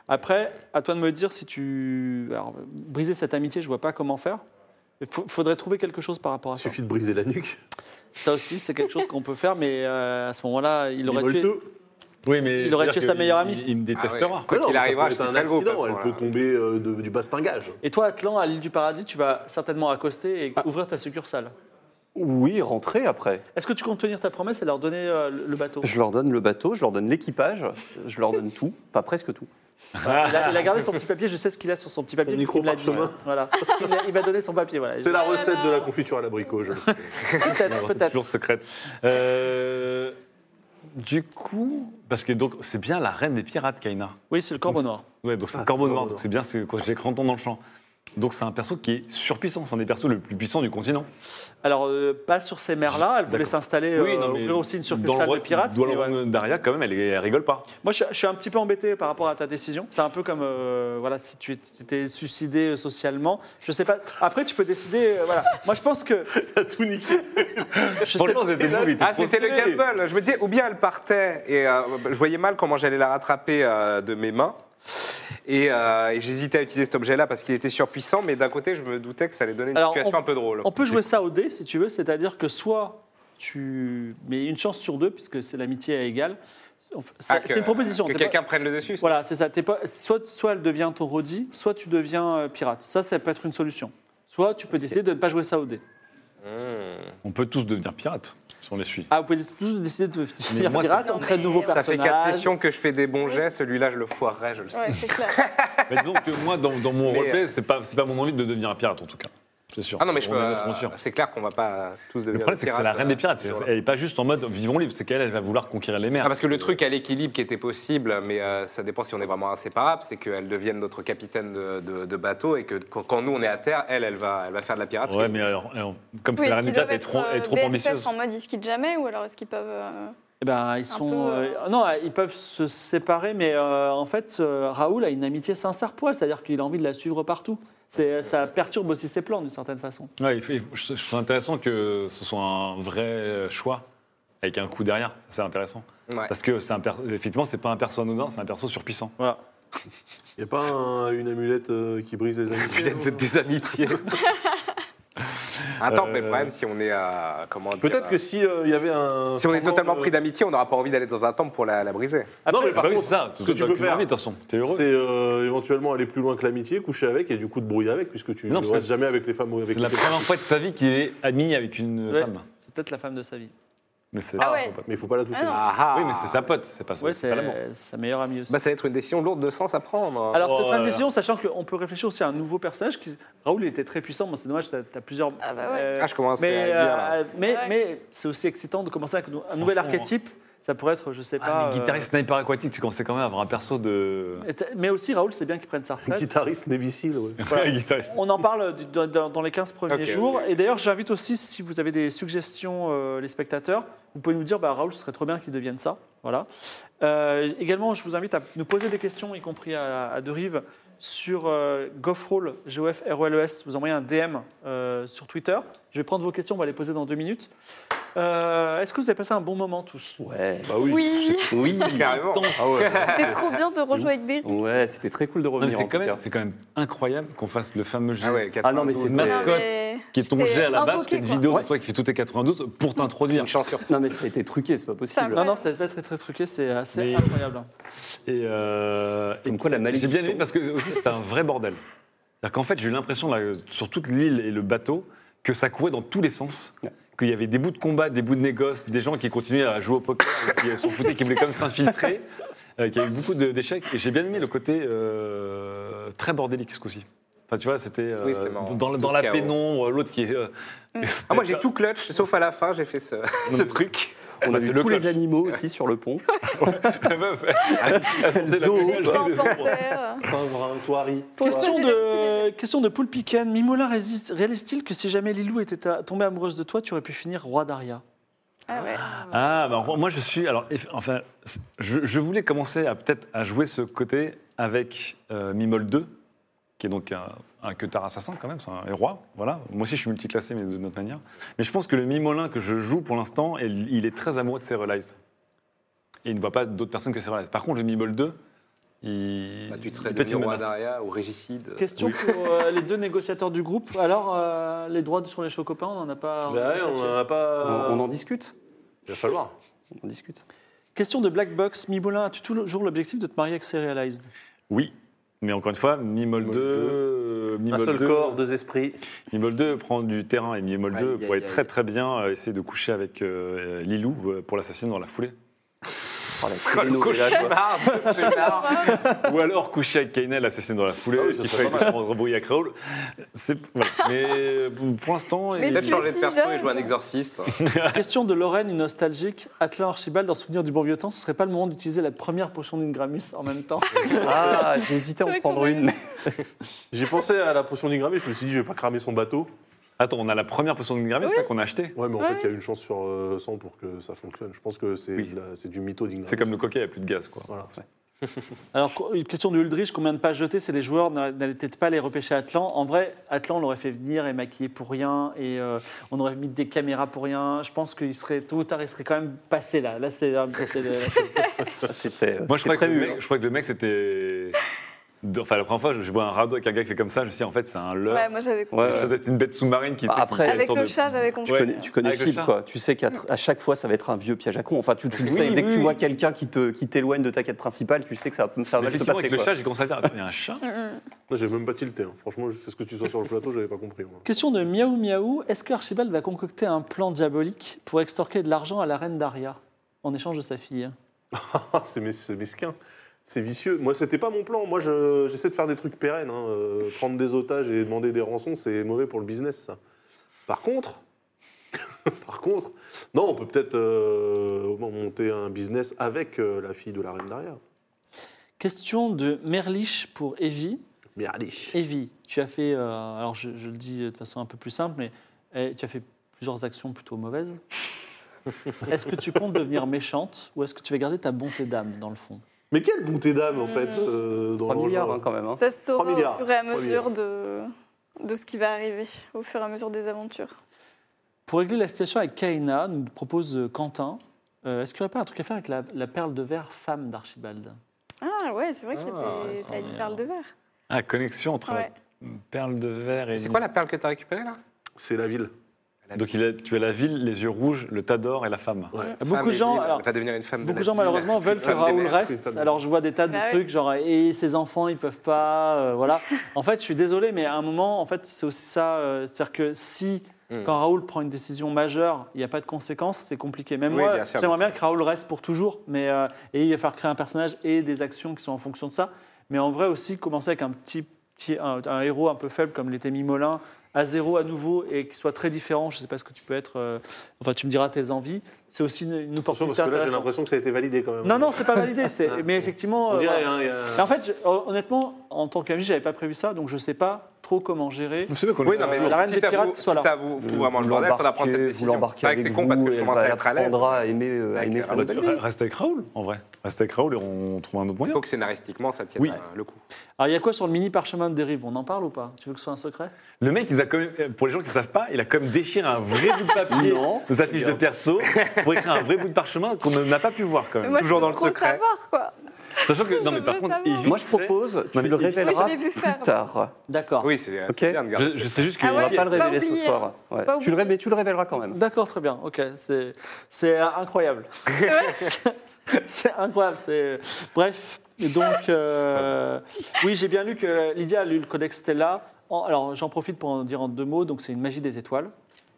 S2: Après, à toi de me dire si tu... Alors, briser cette amitié, je vois pas comment faire. Il faut- faudrait trouver quelque chose par rapport à
S7: Il
S2: ça.
S7: suffit de briser la nuque.
S2: Ça aussi, c'est quelque chose qu'on peut faire, mais euh, à ce moment-là, il aurait tué...
S7: Molto.
S5: Oui, mais
S2: Il aurait
S5: c'est-à-dire
S2: tué sa
S5: que
S2: meilleure
S5: il-
S2: amie.
S5: Il, il me détestera.
S6: Quoi
S7: Mais Ah non,
S6: qu'il
S7: ça
S6: arrive,
S7: peut
S6: je
S7: être un
S6: kifferais le groupe,
S7: accident,
S6: à ce
S7: elle peut
S6: moment-là.
S7: tomber euh, de- du bastingage.
S2: Et toi, Atlan, à l'île du Paradis, tu vas certainement accoster
S7: Ah.
S2: et ouvrir ta succursale.
S4: Oui, rentrer après.
S2: Est-ce que tu comptes tenir ta promesse et leur donner euh, le le bateau
S4: Je leur donne le bateau, je leur donne l'équipage, je leur donne tout, enfin presque tout.
S5: Ah,
S2: il a, il a gardé son petit papier, je sais ce qu'il a sur son petit papier.
S7: Son
S2: parce qu'il me l'a dit.
S7: micro-parchemin.
S2: Voilà. Il, a- il m'a donné son papier. Voilà.
S7: C'est la recette de la confiture à l'abricot, je le sais.
S2: Peut-être,
S5: C'est
S2: peut-être.
S5: toujours secrète. Euh, du coup, parce que donc c'est bien la reine des pirates, Kaina.
S2: Oui, c'est le corbeau noir.
S5: Ouais, donc c'est
S7: Ah,
S5: Corbeau
S7: Corbeau
S5: Noir,
S7: Noir.
S5: donc c'est bien, c'est quoi J'ai Cranton dans le champ. Donc c'est un perso qui est surpuissant, c'est un des persos le plus puissant du continent.
S2: Alors, euh, pas sur ces mers-là. Elle voulait
S5: D'accord.
S2: s'installer, euh, ouvrir aussi une succursale de pirates.
S5: Dans
S2: mais
S5: le
S2: ouais.
S5: royaume d'Aria, quand même, elle, elle rigole pas.
S2: Moi, je, je suis un petit peu embêté par rapport à ta décision. C'est un peu comme euh, voilà, si tu étais suicidé euh, socialement. Je sais pas. Après, tu peux décider. euh, voilà. Moi, je pense que.
S7: Tout niqué.
S2: Je sais,
S5: Franchement, c'était beau, il était
S6: Ah,
S5: trop
S6: c'était le
S5: stylé.
S6: gamble. Je me disais, ou bien elle partait et euh, je voyais mal comment j'allais la rattraper euh, de mes mains. Et, euh, et j'hésitais à utiliser cet objet-là parce qu'il était surpuissant, mais d'un côté, je me doutais que ça allait donner une
S2: Alors,
S6: situation
S2: on-
S6: un peu drôle.
S2: On peut jouer ça au dé si tu veux, c'est-à-dire que soit tu mets une chance sur deux, puisque c'est l'amitié à égale. C'est
S6: Ah, que-
S2: c'est une proposition.
S6: Que
S2: t'es pas-
S6: quelqu'un prenne le dessus. c'est-
S2: Voilà, c'est ça. T'es pas... soit, soit elle devient ton taurodi, soit tu deviens euh, pirate. Ça, ça peut être une solution. Soit tu peux décider de ne pas jouer ça au dé.
S6: Hmm.
S5: On peut tous devenir pirates si on les suit.
S2: Ah, vous pouvez tous décider de devenir
S5: moi,
S2: pirate,
S3: ça-
S2: on crée de nouveaux
S3: Ça
S6: Ça
S2: personnages.
S6: fait quatre sessions que je fais des bons jets, celui-là je le foirerai, je le sais.
S3: Ouais, c'est clair.
S5: Mais disons que moi, dans, dans mon
S6: Mais,
S5: roleplay, c'est pas, c'est pas mon envie de devenir un pirate en tout cas. C'est sûr.
S6: Ah non mais je
S5: On
S6: peux.
S5: est notre aventure.
S6: C'est clair qu'on va pas tous
S5: Le
S6: devenir
S5: problème, c'est que c'est la
S6: pirates,
S5: reine des
S6: euh,
S5: pirates.
S6: ce
S5: c'est-
S6: jour-là.
S5: Elle est pas juste en mode vivons libre, c'est qu'elle elle va vouloir conquérir les mers.
S6: Ah, parce que le truc à l'équilibre qui était possible, mais euh, ça dépend si on est vraiment inséparables, c'est qu'elle devienne notre capitaine de, de- de bateau et que quand, quand nous on est à terre, elle, elle va, elle va faire de la piraterie.
S5: Ouais, mais alors, alors, comme
S3: Oui,
S5: c'est
S3: est-ce
S5: la reine des
S3: qu'ils
S5: pirates,
S3: doivent
S5: elle est
S3: être
S5: trop, elle est
S3: euh,
S5: trop
S3: BFF
S5: ambitieuse.
S3: en mode ils skident jamais ou alors est-ce qu'ils peuvent. euh,
S2: Eh ben, ils sont.
S3: peu,
S2: euh,
S3: euh,
S2: Non, ils peuvent se séparer, mais euh, en fait, euh, Raoul a une amitié sincère pour elle, c'est-à-dire qu'il a envie de la suivre partout. C'est- Ça perturbe aussi ses plans d'une certaine façon.
S5: Ouais, il fait- je, je trouve intéressant que ce soit un vrai choix avec un coup derrière. Ça, C'est intéressant.
S6: Ouais.
S5: Parce que, c'est un per- effectivement, c'est pas un perso anodin, c'est un perso surpuissant.
S2: Voilà.
S7: Il n'y a pas un- une amulette euh, qui brise les amitiés
S6: Putain,
S7: non
S6: de désamitié. Attends, mais le
S5: Euh,
S6: problème, si on est à. Comment dire,
S7: Peut-être que si euh, il y avait un.
S6: Si on est
S7: format
S6: totalement
S7: de-
S6: pris d'amitié, on n'aura pas envie d'aller dans un temple pour la, la briser.
S7: Non, mais
S5: Bah
S7: par
S5: oui,
S7: contre,
S5: c'est ça,
S7: ce que tu peux faire,
S5: de toute façon, t'es heureux.
S7: c'est euh, éventuellement aller plus loin que l'amitié, coucher avec et du coup te brouiller avec, puisque tu
S5: Non,
S7: ne
S5: parce
S7: restes
S5: que-
S7: jamais avec les femmes ou avec
S5: C'est
S7: les
S5: la
S7: femmes.
S5: première fois de sa vie qu'il est ami avec une
S2: Ouais,
S5: femme.
S2: C'est peut-être la femme de sa vie.
S5: Mais c'est
S3: Ah
S5: pas
S3: ouais.
S5: son pote.
S7: Mais il faut pas la toucher.
S3: Ah non.
S5: Oui, mais c'est sa pote, c'est pas ça.
S2: Ouais,
S5: c'est pas l'amour.
S2: c'est sa meilleure amie aussi.
S6: Bah, ça va être une décision lourde de sens à prendre.
S2: Alors,
S5: Oh
S2: cette
S5: là
S2: fin de
S5: là.
S2: décision, sachant qu'on peut réfléchir aussi à un nouveau personnage. Qui... Raoul, il était très puissant, mais c'est dommage, t'as as plusieurs.
S3: Ah bah ouais.
S2: euh,
S6: Ah, je commence à
S2: mais,
S6: être bien, là.
S2: euh, mais,
S3: Ouais.
S2: mais c'est aussi excitant de commencer avec un nouvel
S5: Franchement,
S2: archétype. Ça pourrait être, je sais
S5: Ah,
S2: pas.
S5: mais
S2: euh,
S5: guitariste sniper aquatique, tu commençais quand même à avoir un perso de.
S2: et t- Mais aussi, Raoul, c'est bien qu'il prenne sa
S7: Un
S2: retraite.
S7: guitariste névicile, ouais.
S5: Ah
S2: Voilà.
S5: Guitariste.
S2: On en parle du- dans- dans dans les 15 premiers
S6: Ok,
S2: jours.
S6: ok.
S2: Et d'ailleurs, j'invite aussi, si vous avez des suggestions, euh, les spectateurs, vous pouvez nous dire, bah, Raoul, ce serait trop bien qu'il devienne ça. Voilà. Euh, également, je vous invite à nous poser des questions, y compris à, à deux rives, sur euh, GoffRoll, G-O-F-R-O-L-E-S. E Vous envoyez un DM euh, sur Twitter. Je vais prendre vos questions, on va les poser dans deux minutes. Euh, Est-ce que vous avez passé un bon moment tous
S4: Ouais,
S7: Bah oui.
S3: Oui,
S4: oui.
S6: Carrément. Ah ouais.
S3: c'est trop bien de rejouer avec des.
S4: Ouais, c'était très cool de
S5: Non, mais
S4: revenir. en
S5: c'est quand,
S4: tout
S5: même-
S4: cas.
S5: c'est quand même incroyable qu'on fasse le fameux jet.
S6: Ah ouais,
S4: Ah non, mais c'est
S6: 92.
S4: ma-
S3: Non,
S5: mascotte
S3: mais-
S5: Qui est ton
S3: J'étais
S5: jet à la base,
S3: invoqué,
S5: c'est une
S3: quoi.
S5: vidéo de toi qui fait tout tes 92 pour t'introduire.
S6: Une chance sur six.
S4: Non, mais ça a été truqué, c'est pas
S3: Ça
S4: possible.
S3: va.
S2: Non, non, c'était pas très, très truqué, c'est assez
S5: Mais-
S2: incroyable.
S5: Et, euh,
S4: Comme quoi, la
S5: J'ai
S4: malédiction.
S5: bien aimé parce que aussi, c'était un vrai bordel. C'est-à-dire qu'en fait, j'ai eu l'impression, là, euh, sur toute l'île et le bateau, que ça courait dans tous les sens.
S4: Ouais.
S5: Qu'il y avait des bouts de combat, des bouts de négoce, des gens qui continuaient à jouer au poker, et qui euh, s'en foutaient, qui voulaient comme s'infiltrer, euh, qu'il y a eu beaucoup de- d'échecs. Et j'ai bien aimé le côté euh, très bordélique ce coup-ci. Enfin, tu vois, c'était euh,
S6: Oui, c'était marrant.
S5: dans, le-
S6: Tout
S5: dans
S6: ce
S5: la
S6: chaos.
S5: pénombre, l'autre qui est. euh,
S6: Ah, moi j'ai tout clutch, sauf à la fin, j'ai fait ce, ce truc.
S4: On
S5: Bah,
S4: a
S5: c'est
S4: vu
S5: le
S4: tous
S5: clutch.
S4: les animaux aussi sur le pont.
S6: La meuf,
S5: elle sentait la
S4: Zoo.
S5: gueule.
S3: Sans panthère.
S7: Timbre, toi, Harry.
S2: Question
S3: J'ai réussi,
S2: de, question de Poule Piquen. Mimola résiste- réalise-t-il que si jamais Lilou était ta- tombée amoureuse de toi, tu aurais pu finir roi d'Aria
S3: Ah ouais.
S5: Ah, bah, moi je suis. Alors, eff- enfin, je, je voulais commencer à peut-être à jouer ce côté avec euh, Mimol 2, qui est donc un, un queutard assassin quand même, c'est un roi. Voilà. Moi aussi je suis multiclassé, mais de notre manière. Mais je pense que le Mimolin que je joue pour l'instant, il, il est très amoureux de Serialized. Et il ne voit pas d'autres personnes que Serialized. Par contre, le Mimol 2, il.
S6: Bah, tu te
S5: il
S6: serais
S5: peut être
S6: devenu
S5: une
S6: roi
S5: menace.
S6: d'Aria ou régicide.
S2: Question pour euh, les deux négociateurs du groupe. Alors, euh, les droits sur les chocopins, on n'en a pas. on en a
S7: Bah
S2: pas
S7: ouais, on
S2: statué.
S7: en a
S4: On,
S7: pas.
S4: on en discute
S7: Il va falloir.
S4: On en discute.
S2: Question de Black Box. Mibolin, as-tu toujours l'objectif de te marier avec Serialized
S5: Oui. Mais encore une fois, Mimol 2.
S6: Mimol 2,
S5: euh,
S7: Un
S5: Mimol
S7: seul
S5: 2,
S7: corps, deux esprits.
S5: Mimol 2 prend du terrain et Mimol 2
S6: Aïe,
S5: pourrait
S6: aïe,
S5: très
S6: aïe.
S5: très bien euh, essayer de coucher avec euh, Lilou euh, pour l'assassiner dans la foulée.
S4: Oh, la
S6: Oh, le
S4: télénovela, quoi.
S6: cauchemar de connard.
S5: Ou alors coucher avec Kainel, l'assassiner dans la foulée,
S7: Ah oui,
S5: ce
S7: ça
S5: qui
S7: serait
S5: ferait rendre bruit à Crawl. C'est- voilà. Mais euh, pour l'instant,
S3: Mais
S5: il-
S6: Peut-être
S3: tu es
S6: changer de
S3: si
S6: perso et
S3: jeune.
S6: jouer un exorciste.
S2: Question de Lorraine, une nostalgique. Atlan Archibald, dans Souvenir du bon vieux temps, ce serait pas le moment d'utiliser la première potion d'une Gramus en même temps
S4: Ah, j'ai hésité à
S3: C'est
S4: en
S3: vrai
S4: prendre
S3: qu'on
S4: une, mais
S7: J'ai pensé à la potion d'Ingravé, je me suis dit, je vais pas cramer son bateau.
S5: attends, on a la première potion de Gravis là qu'on a achetée.
S7: Ouais, mais en
S3: Ouais.
S7: fait, il y a une chance sur euh, 100 pour que ça fonctionne. Je pense que c'est
S5: Oui.
S7: de la- c'est du mytho d'Ingravé.
S5: C'est comme le coquet, il n'y a plus de gaz. Quoi.
S7: Voilà.
S2: Alors, co- une question de Uldrich, combien de pas jeter C'est les joueurs n'a- n'allaient peut-être pas les repêcher à Atlan. En vrai, Atlan, on l'aurait fait venir et maquiller pour rien, et euh, on aurait mis des caméras pour rien. Je pense qu'il serait, tôt ou tard, il serait quand même passé là. Là, c'est. c'est le-
S4: c'était.
S5: Moi, je crois,
S4: c'était
S5: que le
S4: prévu, hein.
S5: mec, je crois que le mec, c'était de- Enfin, la première fois, je je vois un radeau avec un gars qui fait comme ça, je me suis dit, en fait, c'est un leurre.
S3: Ouais, moi j'avais compris.
S4: Ouais,
S5: Ça
S4: ouais.
S5: doit être une bête sous-marine qui
S4: Bah,
S5: était-
S4: après-
S5: qui était
S3: Avec
S5: sorte
S3: le
S5: de-
S3: chat, j'avais compris.
S4: Tu
S5: Ouais.
S4: connais, tu connais
S5: Avec le
S4: Philippe,
S5: chat.
S4: quoi. Tu sais qu'à tr- à chaque fois, ça va être un vieux piège à con. Enfin, tu, tu le sais.
S5: Oui,
S4: Dès que
S5: oui,
S4: tu
S5: oui.
S4: vois quelqu'un qui te- qui t'éloigne de ta quête principale, tu sais que ça, va- ça va
S5: Mais
S4: mal se
S5: effectivement,
S4: passer.
S5: avec le
S4: quoi.
S5: chat, j'ai commencé à dire, il y a un chat
S3: Mm, mm.
S7: Moi, J'ai même pas tilté. hein. Franchement, c'est ce que tu sens sur le plateau, j'avais pas compris. moi.
S2: Question de Miaou Miaou. Est-ce que Archibald va concocter un plan diabolique pour extorquer de l'argent à la reine Daria en échange de sa fille
S7: Ah, c'est mes- c'est mesquin. C'est vicieux. Moi, c'était pas mon plan. Moi, je- j'essaie de faire des trucs pérennes. hein. Euh, prendre des otages et demander des rançons, c'est mauvais pour le business, ça. Par contre, par contre, non, on peut peut-être euh, au moins monter un business avec euh, la fille de la reine d'arrière.
S2: Question de Merlich pour Evie.
S7: Mais allez.
S2: Evie, tu as fait, euh, alors je, je le dis de façon un peu plus simple, mais eh, tu as fait plusieurs actions plutôt mauvaises. est-ce que tu comptes devenir méchante ou est-ce que tu vas garder ta bonté d'âme dans le fond
S7: Mais quelle bonté d'âme, en fait, euh, dans
S4: 3
S7: le
S4: milliards
S7: genre.
S4: hein, quand même. hein.
S3: Ça se saura
S7: 3 milliards.
S3: au fur et à
S7: 3
S3: mesure de, de ce qui va arriver, au fur et à mesure des aventures.
S2: Pour régler la situation avec Kaina, nous propose euh, Quentin. Euh, est-ce qu'il n'y aurait pas un truc à faire avec la, la perle de verre femme d'Archibald
S3: Ah ouais, c'est vrai qu'il y
S6: Ah,
S3: a des
S6: ouais,
S3: t'as une perle de verre.
S5: Ah, connexion entre
S3: Ouais.
S5: la perle de verre et.
S6: C'est quoi la perle que t'as récupérée là
S7: C'est la ville.
S5: Donc, il a- tu as la ville, les yeux rouges, le tas d'or et la femme.
S7: Ouais.
S2: Beaucoup
S6: Femme
S2: de
S6: et
S2: gens,
S6: ville,
S2: alors,
S6: elle va devenir une femme de
S2: Beaucoup de
S6: la
S2: gens,
S6: ville,
S2: malheureusement,
S6: une
S2: veulent que
S6: femme des
S2: Raoul
S6: mers.
S7: une femme
S2: reste.
S7: des
S2: Alors, je vois des tas de
S3: Bah oui.
S2: trucs, genre, et ses enfants, ils peuvent pas. euh, voilà. en fait, je suis désolé, mais à un moment, en fait, c'est aussi ça. euh, C'est-à-dire que si,
S6: Hmm.
S2: quand Raoul prend une décision majeure, il n'y a pas de conséquences, c'est compliqué. Même
S6: Oui,
S2: moi,
S6: bien sûr,
S2: j'aimerais
S6: bien
S2: bien que Raoul reste pour toujours, mais euh, et il va falloir créer un personnage et des actions qui sont en fonction de ça. Mais en vrai, aussi, commencer avec un petit, petit un, un héros un peu faible comme l'était Mimolin, à zéro à nouveau, et qui soit très différent. Je ne sais pas ce que tu peux être. euh, enfin, tu me diras tes envies. C'est aussi une, une
S7: Attention,
S2: opportunité
S7: parce que là, j'ai
S2: intéressante.
S7: l'impression que ça a été validé quand même.
S2: Non, non, c'est pas validé. c'est-
S7: Ah.
S2: Mais effectivement.
S7: On
S2: euh,
S7: dirait,
S2: voilà.
S7: hein, il y a-
S2: Et En fait, je- hon- honnêtement, en tant qu'ami, j'avais pas prévu ça, donc je sais pas trop comment gérer.
S5: Vous savez qu'on
S6: Oui, non, mais
S2: La reine
S6: si
S2: des
S6: ça
S2: pirates
S6: vous-
S2: qui soit là.
S6: Si ça vous fout
S4: Vous
S6: vraiment le bordel, faudra prendre cette
S4: l'embarquez-
S6: décision.
S4: Vous l'embarquez
S6: C'est vrai que
S4: avec
S6: c'est con parce
S4: vous,
S6: que je
S4: elle
S6: commence
S4: va
S6: à être à l'aise.
S4: l'apprendre à aimer, euh, à
S6: Avec
S4: aimer
S6: la
S4: sa
S6: bonne
S4: nouvelle vie.
S5: Reste avec Raoul, en vrai. Reste avec Raoul et on trouvera un autre
S6: Il
S5: moyen.
S6: faut que scénaristiquement ça tienne
S5: Oui.
S6: euh, le coup.
S2: Alors, il y a quoi sur le mini parchemin de dérive On en parle ou pas Tu veux que ce soit un secret
S5: Le mec, il a quand même, euh, pour les gens qui ne savent pas, il a quand même déchiré un vrai bout de papier
S4: Non.
S5: nos affiches de perso pour écrire un vrai bout de parchemin qu'on ne- n'a pas pu voir quand
S3: Mais
S5: même.
S3: moi,
S5: Toujours
S3: je
S5: dans
S3: veux
S5: le
S3: trop
S5: secret.
S3: savoir, quoi.
S5: Sachant que, non,
S3: Je
S5: mais par
S3: veux
S5: contre,
S3: savoir.
S5: Evie,
S4: Moi, je
S5: tu sais-
S4: propose, tu
S5: mais
S4: le
S5: il-
S3: Oui, je l'ai
S4: révéleras
S3: vu
S4: plus
S3: faire.
S4: tard.
S2: D'accord.
S6: Ah Oui, c'est
S4: Ok.
S6: c'est bien de garder.
S5: Je, je sais juste que.
S3: Ah
S4: On
S3: ouais,
S4: va pas le
S3: faut pas
S4: révéler ce
S3: oublier.
S4: soir. Ouais.
S3: Pas
S4: Tu, le révé- tu le révéleras quand même.
S2: D'accord, très bien. Ok, c'est c'est euh, incroyable. c'est incroyable. C'est bref. Et Donc, euh, oui, j'ai bien lu que Lydia a lu le Codex Stella. En- alors, j'en profite pour en dire en deux mots. Donc, c'est une magie des étoiles.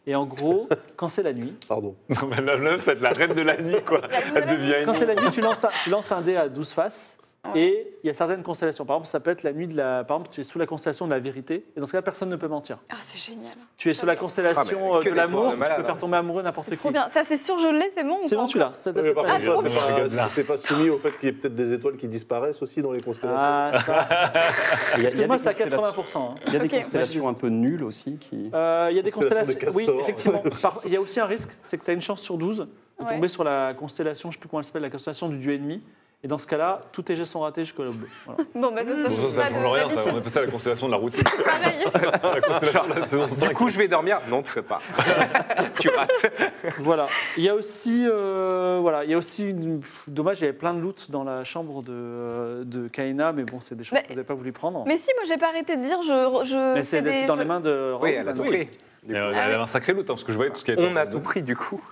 S2: Et en gros, quand c'est la nuit,
S7: Pardon.
S5: Non, mais la meuf, ça va être la reine de la nuit, quoi. Elle devient
S2: Quand c'est
S5: une.
S2: la nuit, tu lances, un, tu lances un dé à 12 faces. Et il y a certaines constellations. Par exemple, ça peut être la nuit de la. Par exemple, tu es sous la constellation de la vérité. Et dans ce cas, personne ne peut mentir.
S3: Ah, c'est génial.
S2: Tu es sous la
S6: Ah, mais
S2: constellation
S6: c'est
S2: euh,
S6: que
S2: de
S6: des
S2: l'amour.
S6: cours de
S2: Tu
S6: malade,
S2: peux faire
S6: hein,
S2: tomber amoureux n'importe qui.
S3: Trop bien. Ça, c'est sûr, je l'ai, c'est bon. ou
S2: C'est
S3: pas
S2: bon, tu l'as. Ça- ça-
S7: Oui, mais par
S2: ça-
S7: contre,
S3: trop
S7: Euh, c'est
S3: bien.
S7: pas- C'est pas soumis au fait qu'il y ait peut-être des étoiles qui disparaissent aussi dans les constellations.
S2: Ah, ça.
S4: Il y a- il y a
S2: Excuse-moi,
S4: des
S2: c'est à
S4: constellations-
S2: 80%. hein.
S4: Il y a des
S3: Ok.
S4: constellations un peu nulles aussi qui.
S2: Euh, Il y a des
S7: Constellation
S2: constellations.
S7: des
S2: oui,
S7: castors.
S2: effectivement. Par- Il y a aussi un risque, c'est que tu as une chance sur 12 de
S3: Ouais.
S2: tomber sur la constellation, je ne sais plus comment elle s'appelle, la constellation du dieu ennemi. Et dans ce cas-là, tous tes jets sont ratés jusqu'au l'aube. Voilà.
S3: Bon, bah ça, ça,
S5: Bon, ça,
S3: change
S5: ça
S3: pas de
S5: change rien, ça. on
S3: d'habitude.
S5: appelle ça la constellation de la routine.
S3: Pareil.
S5: la constellation de la saison
S6: Du
S5: 5.
S6: coup, je vais dormir. Non, tu peux pas. tu rates.
S2: Voilà. Il y a aussi, euh, voilà, il y a aussi une... pff, dommage, il y avait plein de loot dans la chambre de, euh, de Kaina, mais bon, c'est des choses
S3: Mais-
S2: que vous n'avez pas voulu prendre.
S3: Mais si, moi, j'ai pas arrêté de dire, je. je
S2: Mais c'est
S3: des-
S2: c'est dans
S3: je-
S2: les mains de.
S6: Oui,
S2: Raoul,
S6: elle a tout
S2: maintenant.
S6: pris.
S5: Et, euh, elle avait un sacré loot, hein, parce que je voyais tout ce qui
S6: On a tout pris du coup.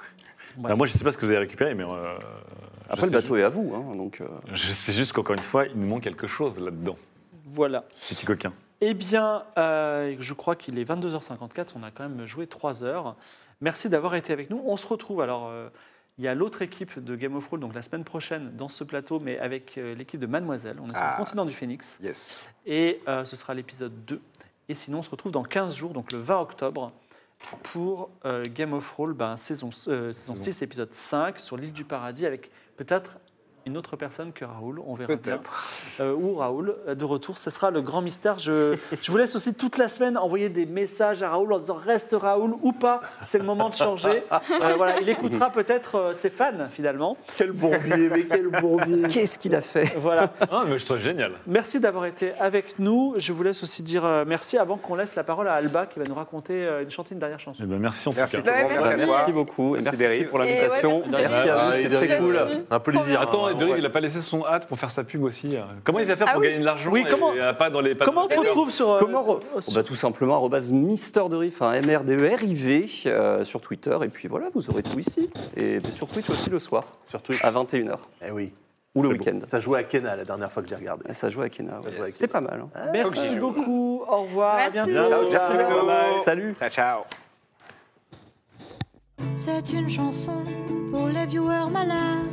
S5: Alors, Bah, moi, je ne sais pas ce que vous avez récupéré, mais. euh, je
S4: Après, le
S5: sais
S4: bateau est à vous. hein, donc, euh,
S5: ju- Je sais juste qu'encore une fois, il nous manque quelque chose là-dedans.
S2: Voilà.
S5: Petit coquin.
S2: Eh bien, euh, je crois qu'il est 22h54. On a quand même joué 3 heures. Merci d'avoir été avec nous. On se retrouve. Alors, euh, il y a l'autre équipe de Game of Thrones, donc la semaine prochaine, dans ce plateau, mais avec euh, l'équipe de Mademoiselle. On est sur
S6: Ah.
S2: le continent du Phénix.
S6: Yes.
S2: Et euh, ce sera l'épisode 2. Et sinon, on se retrouve dans 15 jours, donc le 20 octobre, pour euh, Game of Roll, ben, saison, euh, saison 6, épisode 5, sur l'île du paradis, avec peut-être une autre personne que Raoul, on verra bien. Euh, ou Raoul, euh, de retour, ce sera le grand mystère. Je, je vous laisse aussi toute la semaine envoyer des messages à Raoul en disant reste Raoul ou pas, c'est le moment de changer. Euh, voilà, il écoutera peut-être euh, ses fans finalement.
S7: Quel bourbier, mais quel bourbier
S4: Qu'est-ce qu'il a fait
S2: Voilà.
S5: Ah, mais je trouve génial.
S2: Merci d'avoir été avec nous. Je vous laisse aussi dire euh, merci avant qu'on laisse la parole à Alba qui va nous raconter euh, une chanter une dernière chanson.
S5: Eh ben, merci en
S6: Merci
S5: tout
S6: tout
S5: cas.
S6: le monde.
S3: Ouais,
S4: Bah,
S6: Merci à toi.
S4: Merci beaucoup. Et
S6: Merci
S4: merci
S6: Dérive.
S3: Et
S4: pour
S3: ouais,
S4: l'invitation.
S3: merci
S4: merci à
S7: Dérive.
S4: vous, c'était
S7: Ah,
S4: très
S7: Dérive.
S4: cool.
S7: Un plaisir.
S5: Attends, et Derrick, il a pas laissé son hâte pour faire sa pub aussi. euh. Comment il va faire
S3: Ah
S5: pour
S3: oui.
S5: gagner de l'argent
S2: Oui,
S5: et-
S2: comment-
S5: et, euh, pas dans les pas
S2: Comment on
S5: dans les
S2: te retrouve sur. euh,
S9: Comment re-
S2: sur-
S9: Oh, bah, Tout simplement, arrobase Mister de Riff, hein,
S4: E
S9: MRDERIV euh, sur Twitter. Et puis voilà, vous aurez tout ici. Et sur Twitch aussi le soir,
S7: Sur Twitch.
S9: à 21h.
S7: Eh oui.
S9: Ou le
S7: C'est
S9: week-end.
S7: beau. Ça jouait à Kena la dernière fois que j'ai regardé.
S9: Et Ah, Ça joue à Kena. ouais.
S7: Ça joue à
S9: C'était
S7: Kena.
S9: pas mal. hein.
S2: Merci
S6: Ok.
S2: beaucoup. Au revoir. à
S3: Merci.
S2: bientôt.
S6: Ciao, ciao. Bye.
S9: Salut
S6: Ciao, ciao.
S4: C'est une chanson pour les viewers malades,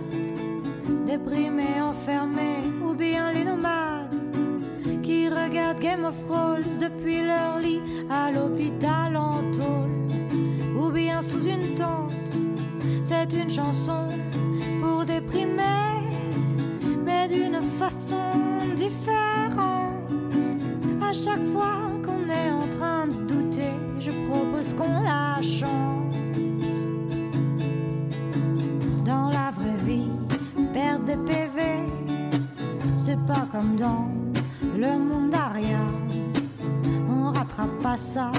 S4: déprimés, enfermés ou bien les nomades qui regardent Game of Thrones depuis leur lit à l'hôpital en tôle ou bien sous une tente. C'est une chanson pour déprimer, mais d'une façon différente. À chaque fois qu'on est en train de douter, je propose qu'on la chante. Dans la vraie vie, perdre des PV, c'est pas comme dans le monde arrière. On rattrape pas ça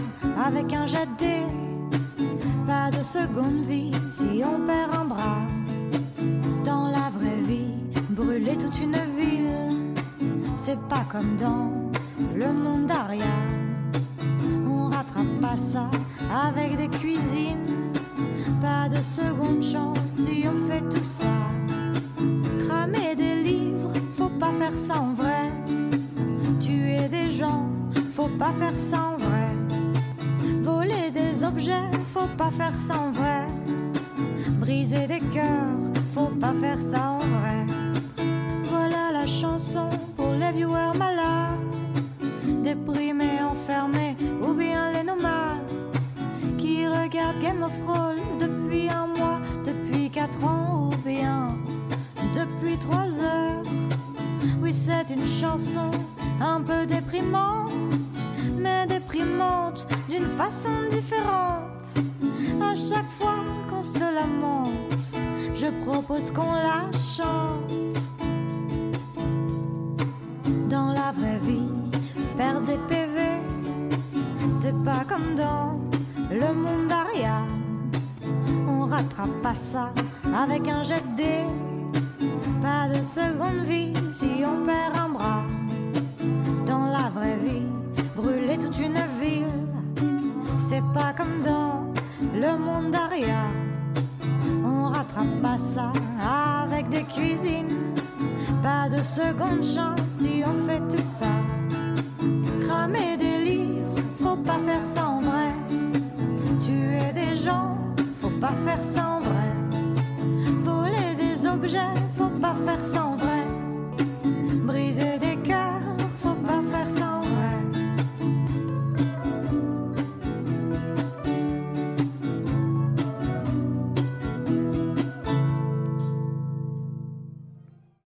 S4: avec un jet de dés. Pas de seconde vie si on perd un bras. Dans la vraie vie, brûler toute une ville, c'est pas comme dans le monde arrière. On rattrape pas ça avec des cuisines. Pas de seconde chance si on fait tout ça. Cramer des livres, faut pas faire ça en vrai. Tuer des gens, faut pas faire ça en vrai. Voler des objets, faut pas faire ça en vrai. Briser des cœurs, faut pas faire ça en vrai. Voilà la chanson pour les viewers malades déprimés, enfermés ou bien les nomades qui regardent Game of Thrones depuis un mois, depuis quatre ans ou bien depuis trois heures. Oui, c'est une chanson un peu déprimante, mais déprimante d'une façon différente. À chaque fois qu'on se lamente, je propose qu'on la chante dans la vraie vie, perdre des PV, c'est pas comme dans le monde arrière. On rattrape pas ça avec un jet de dés. Pas de seconde vie si on perd un bras. Dans la vraie vie, brûler toute une ville, c'est pas comme dans le monde arrière. On rattrape pas ça avec des cuisines. Pas de seconde chance si on fait tout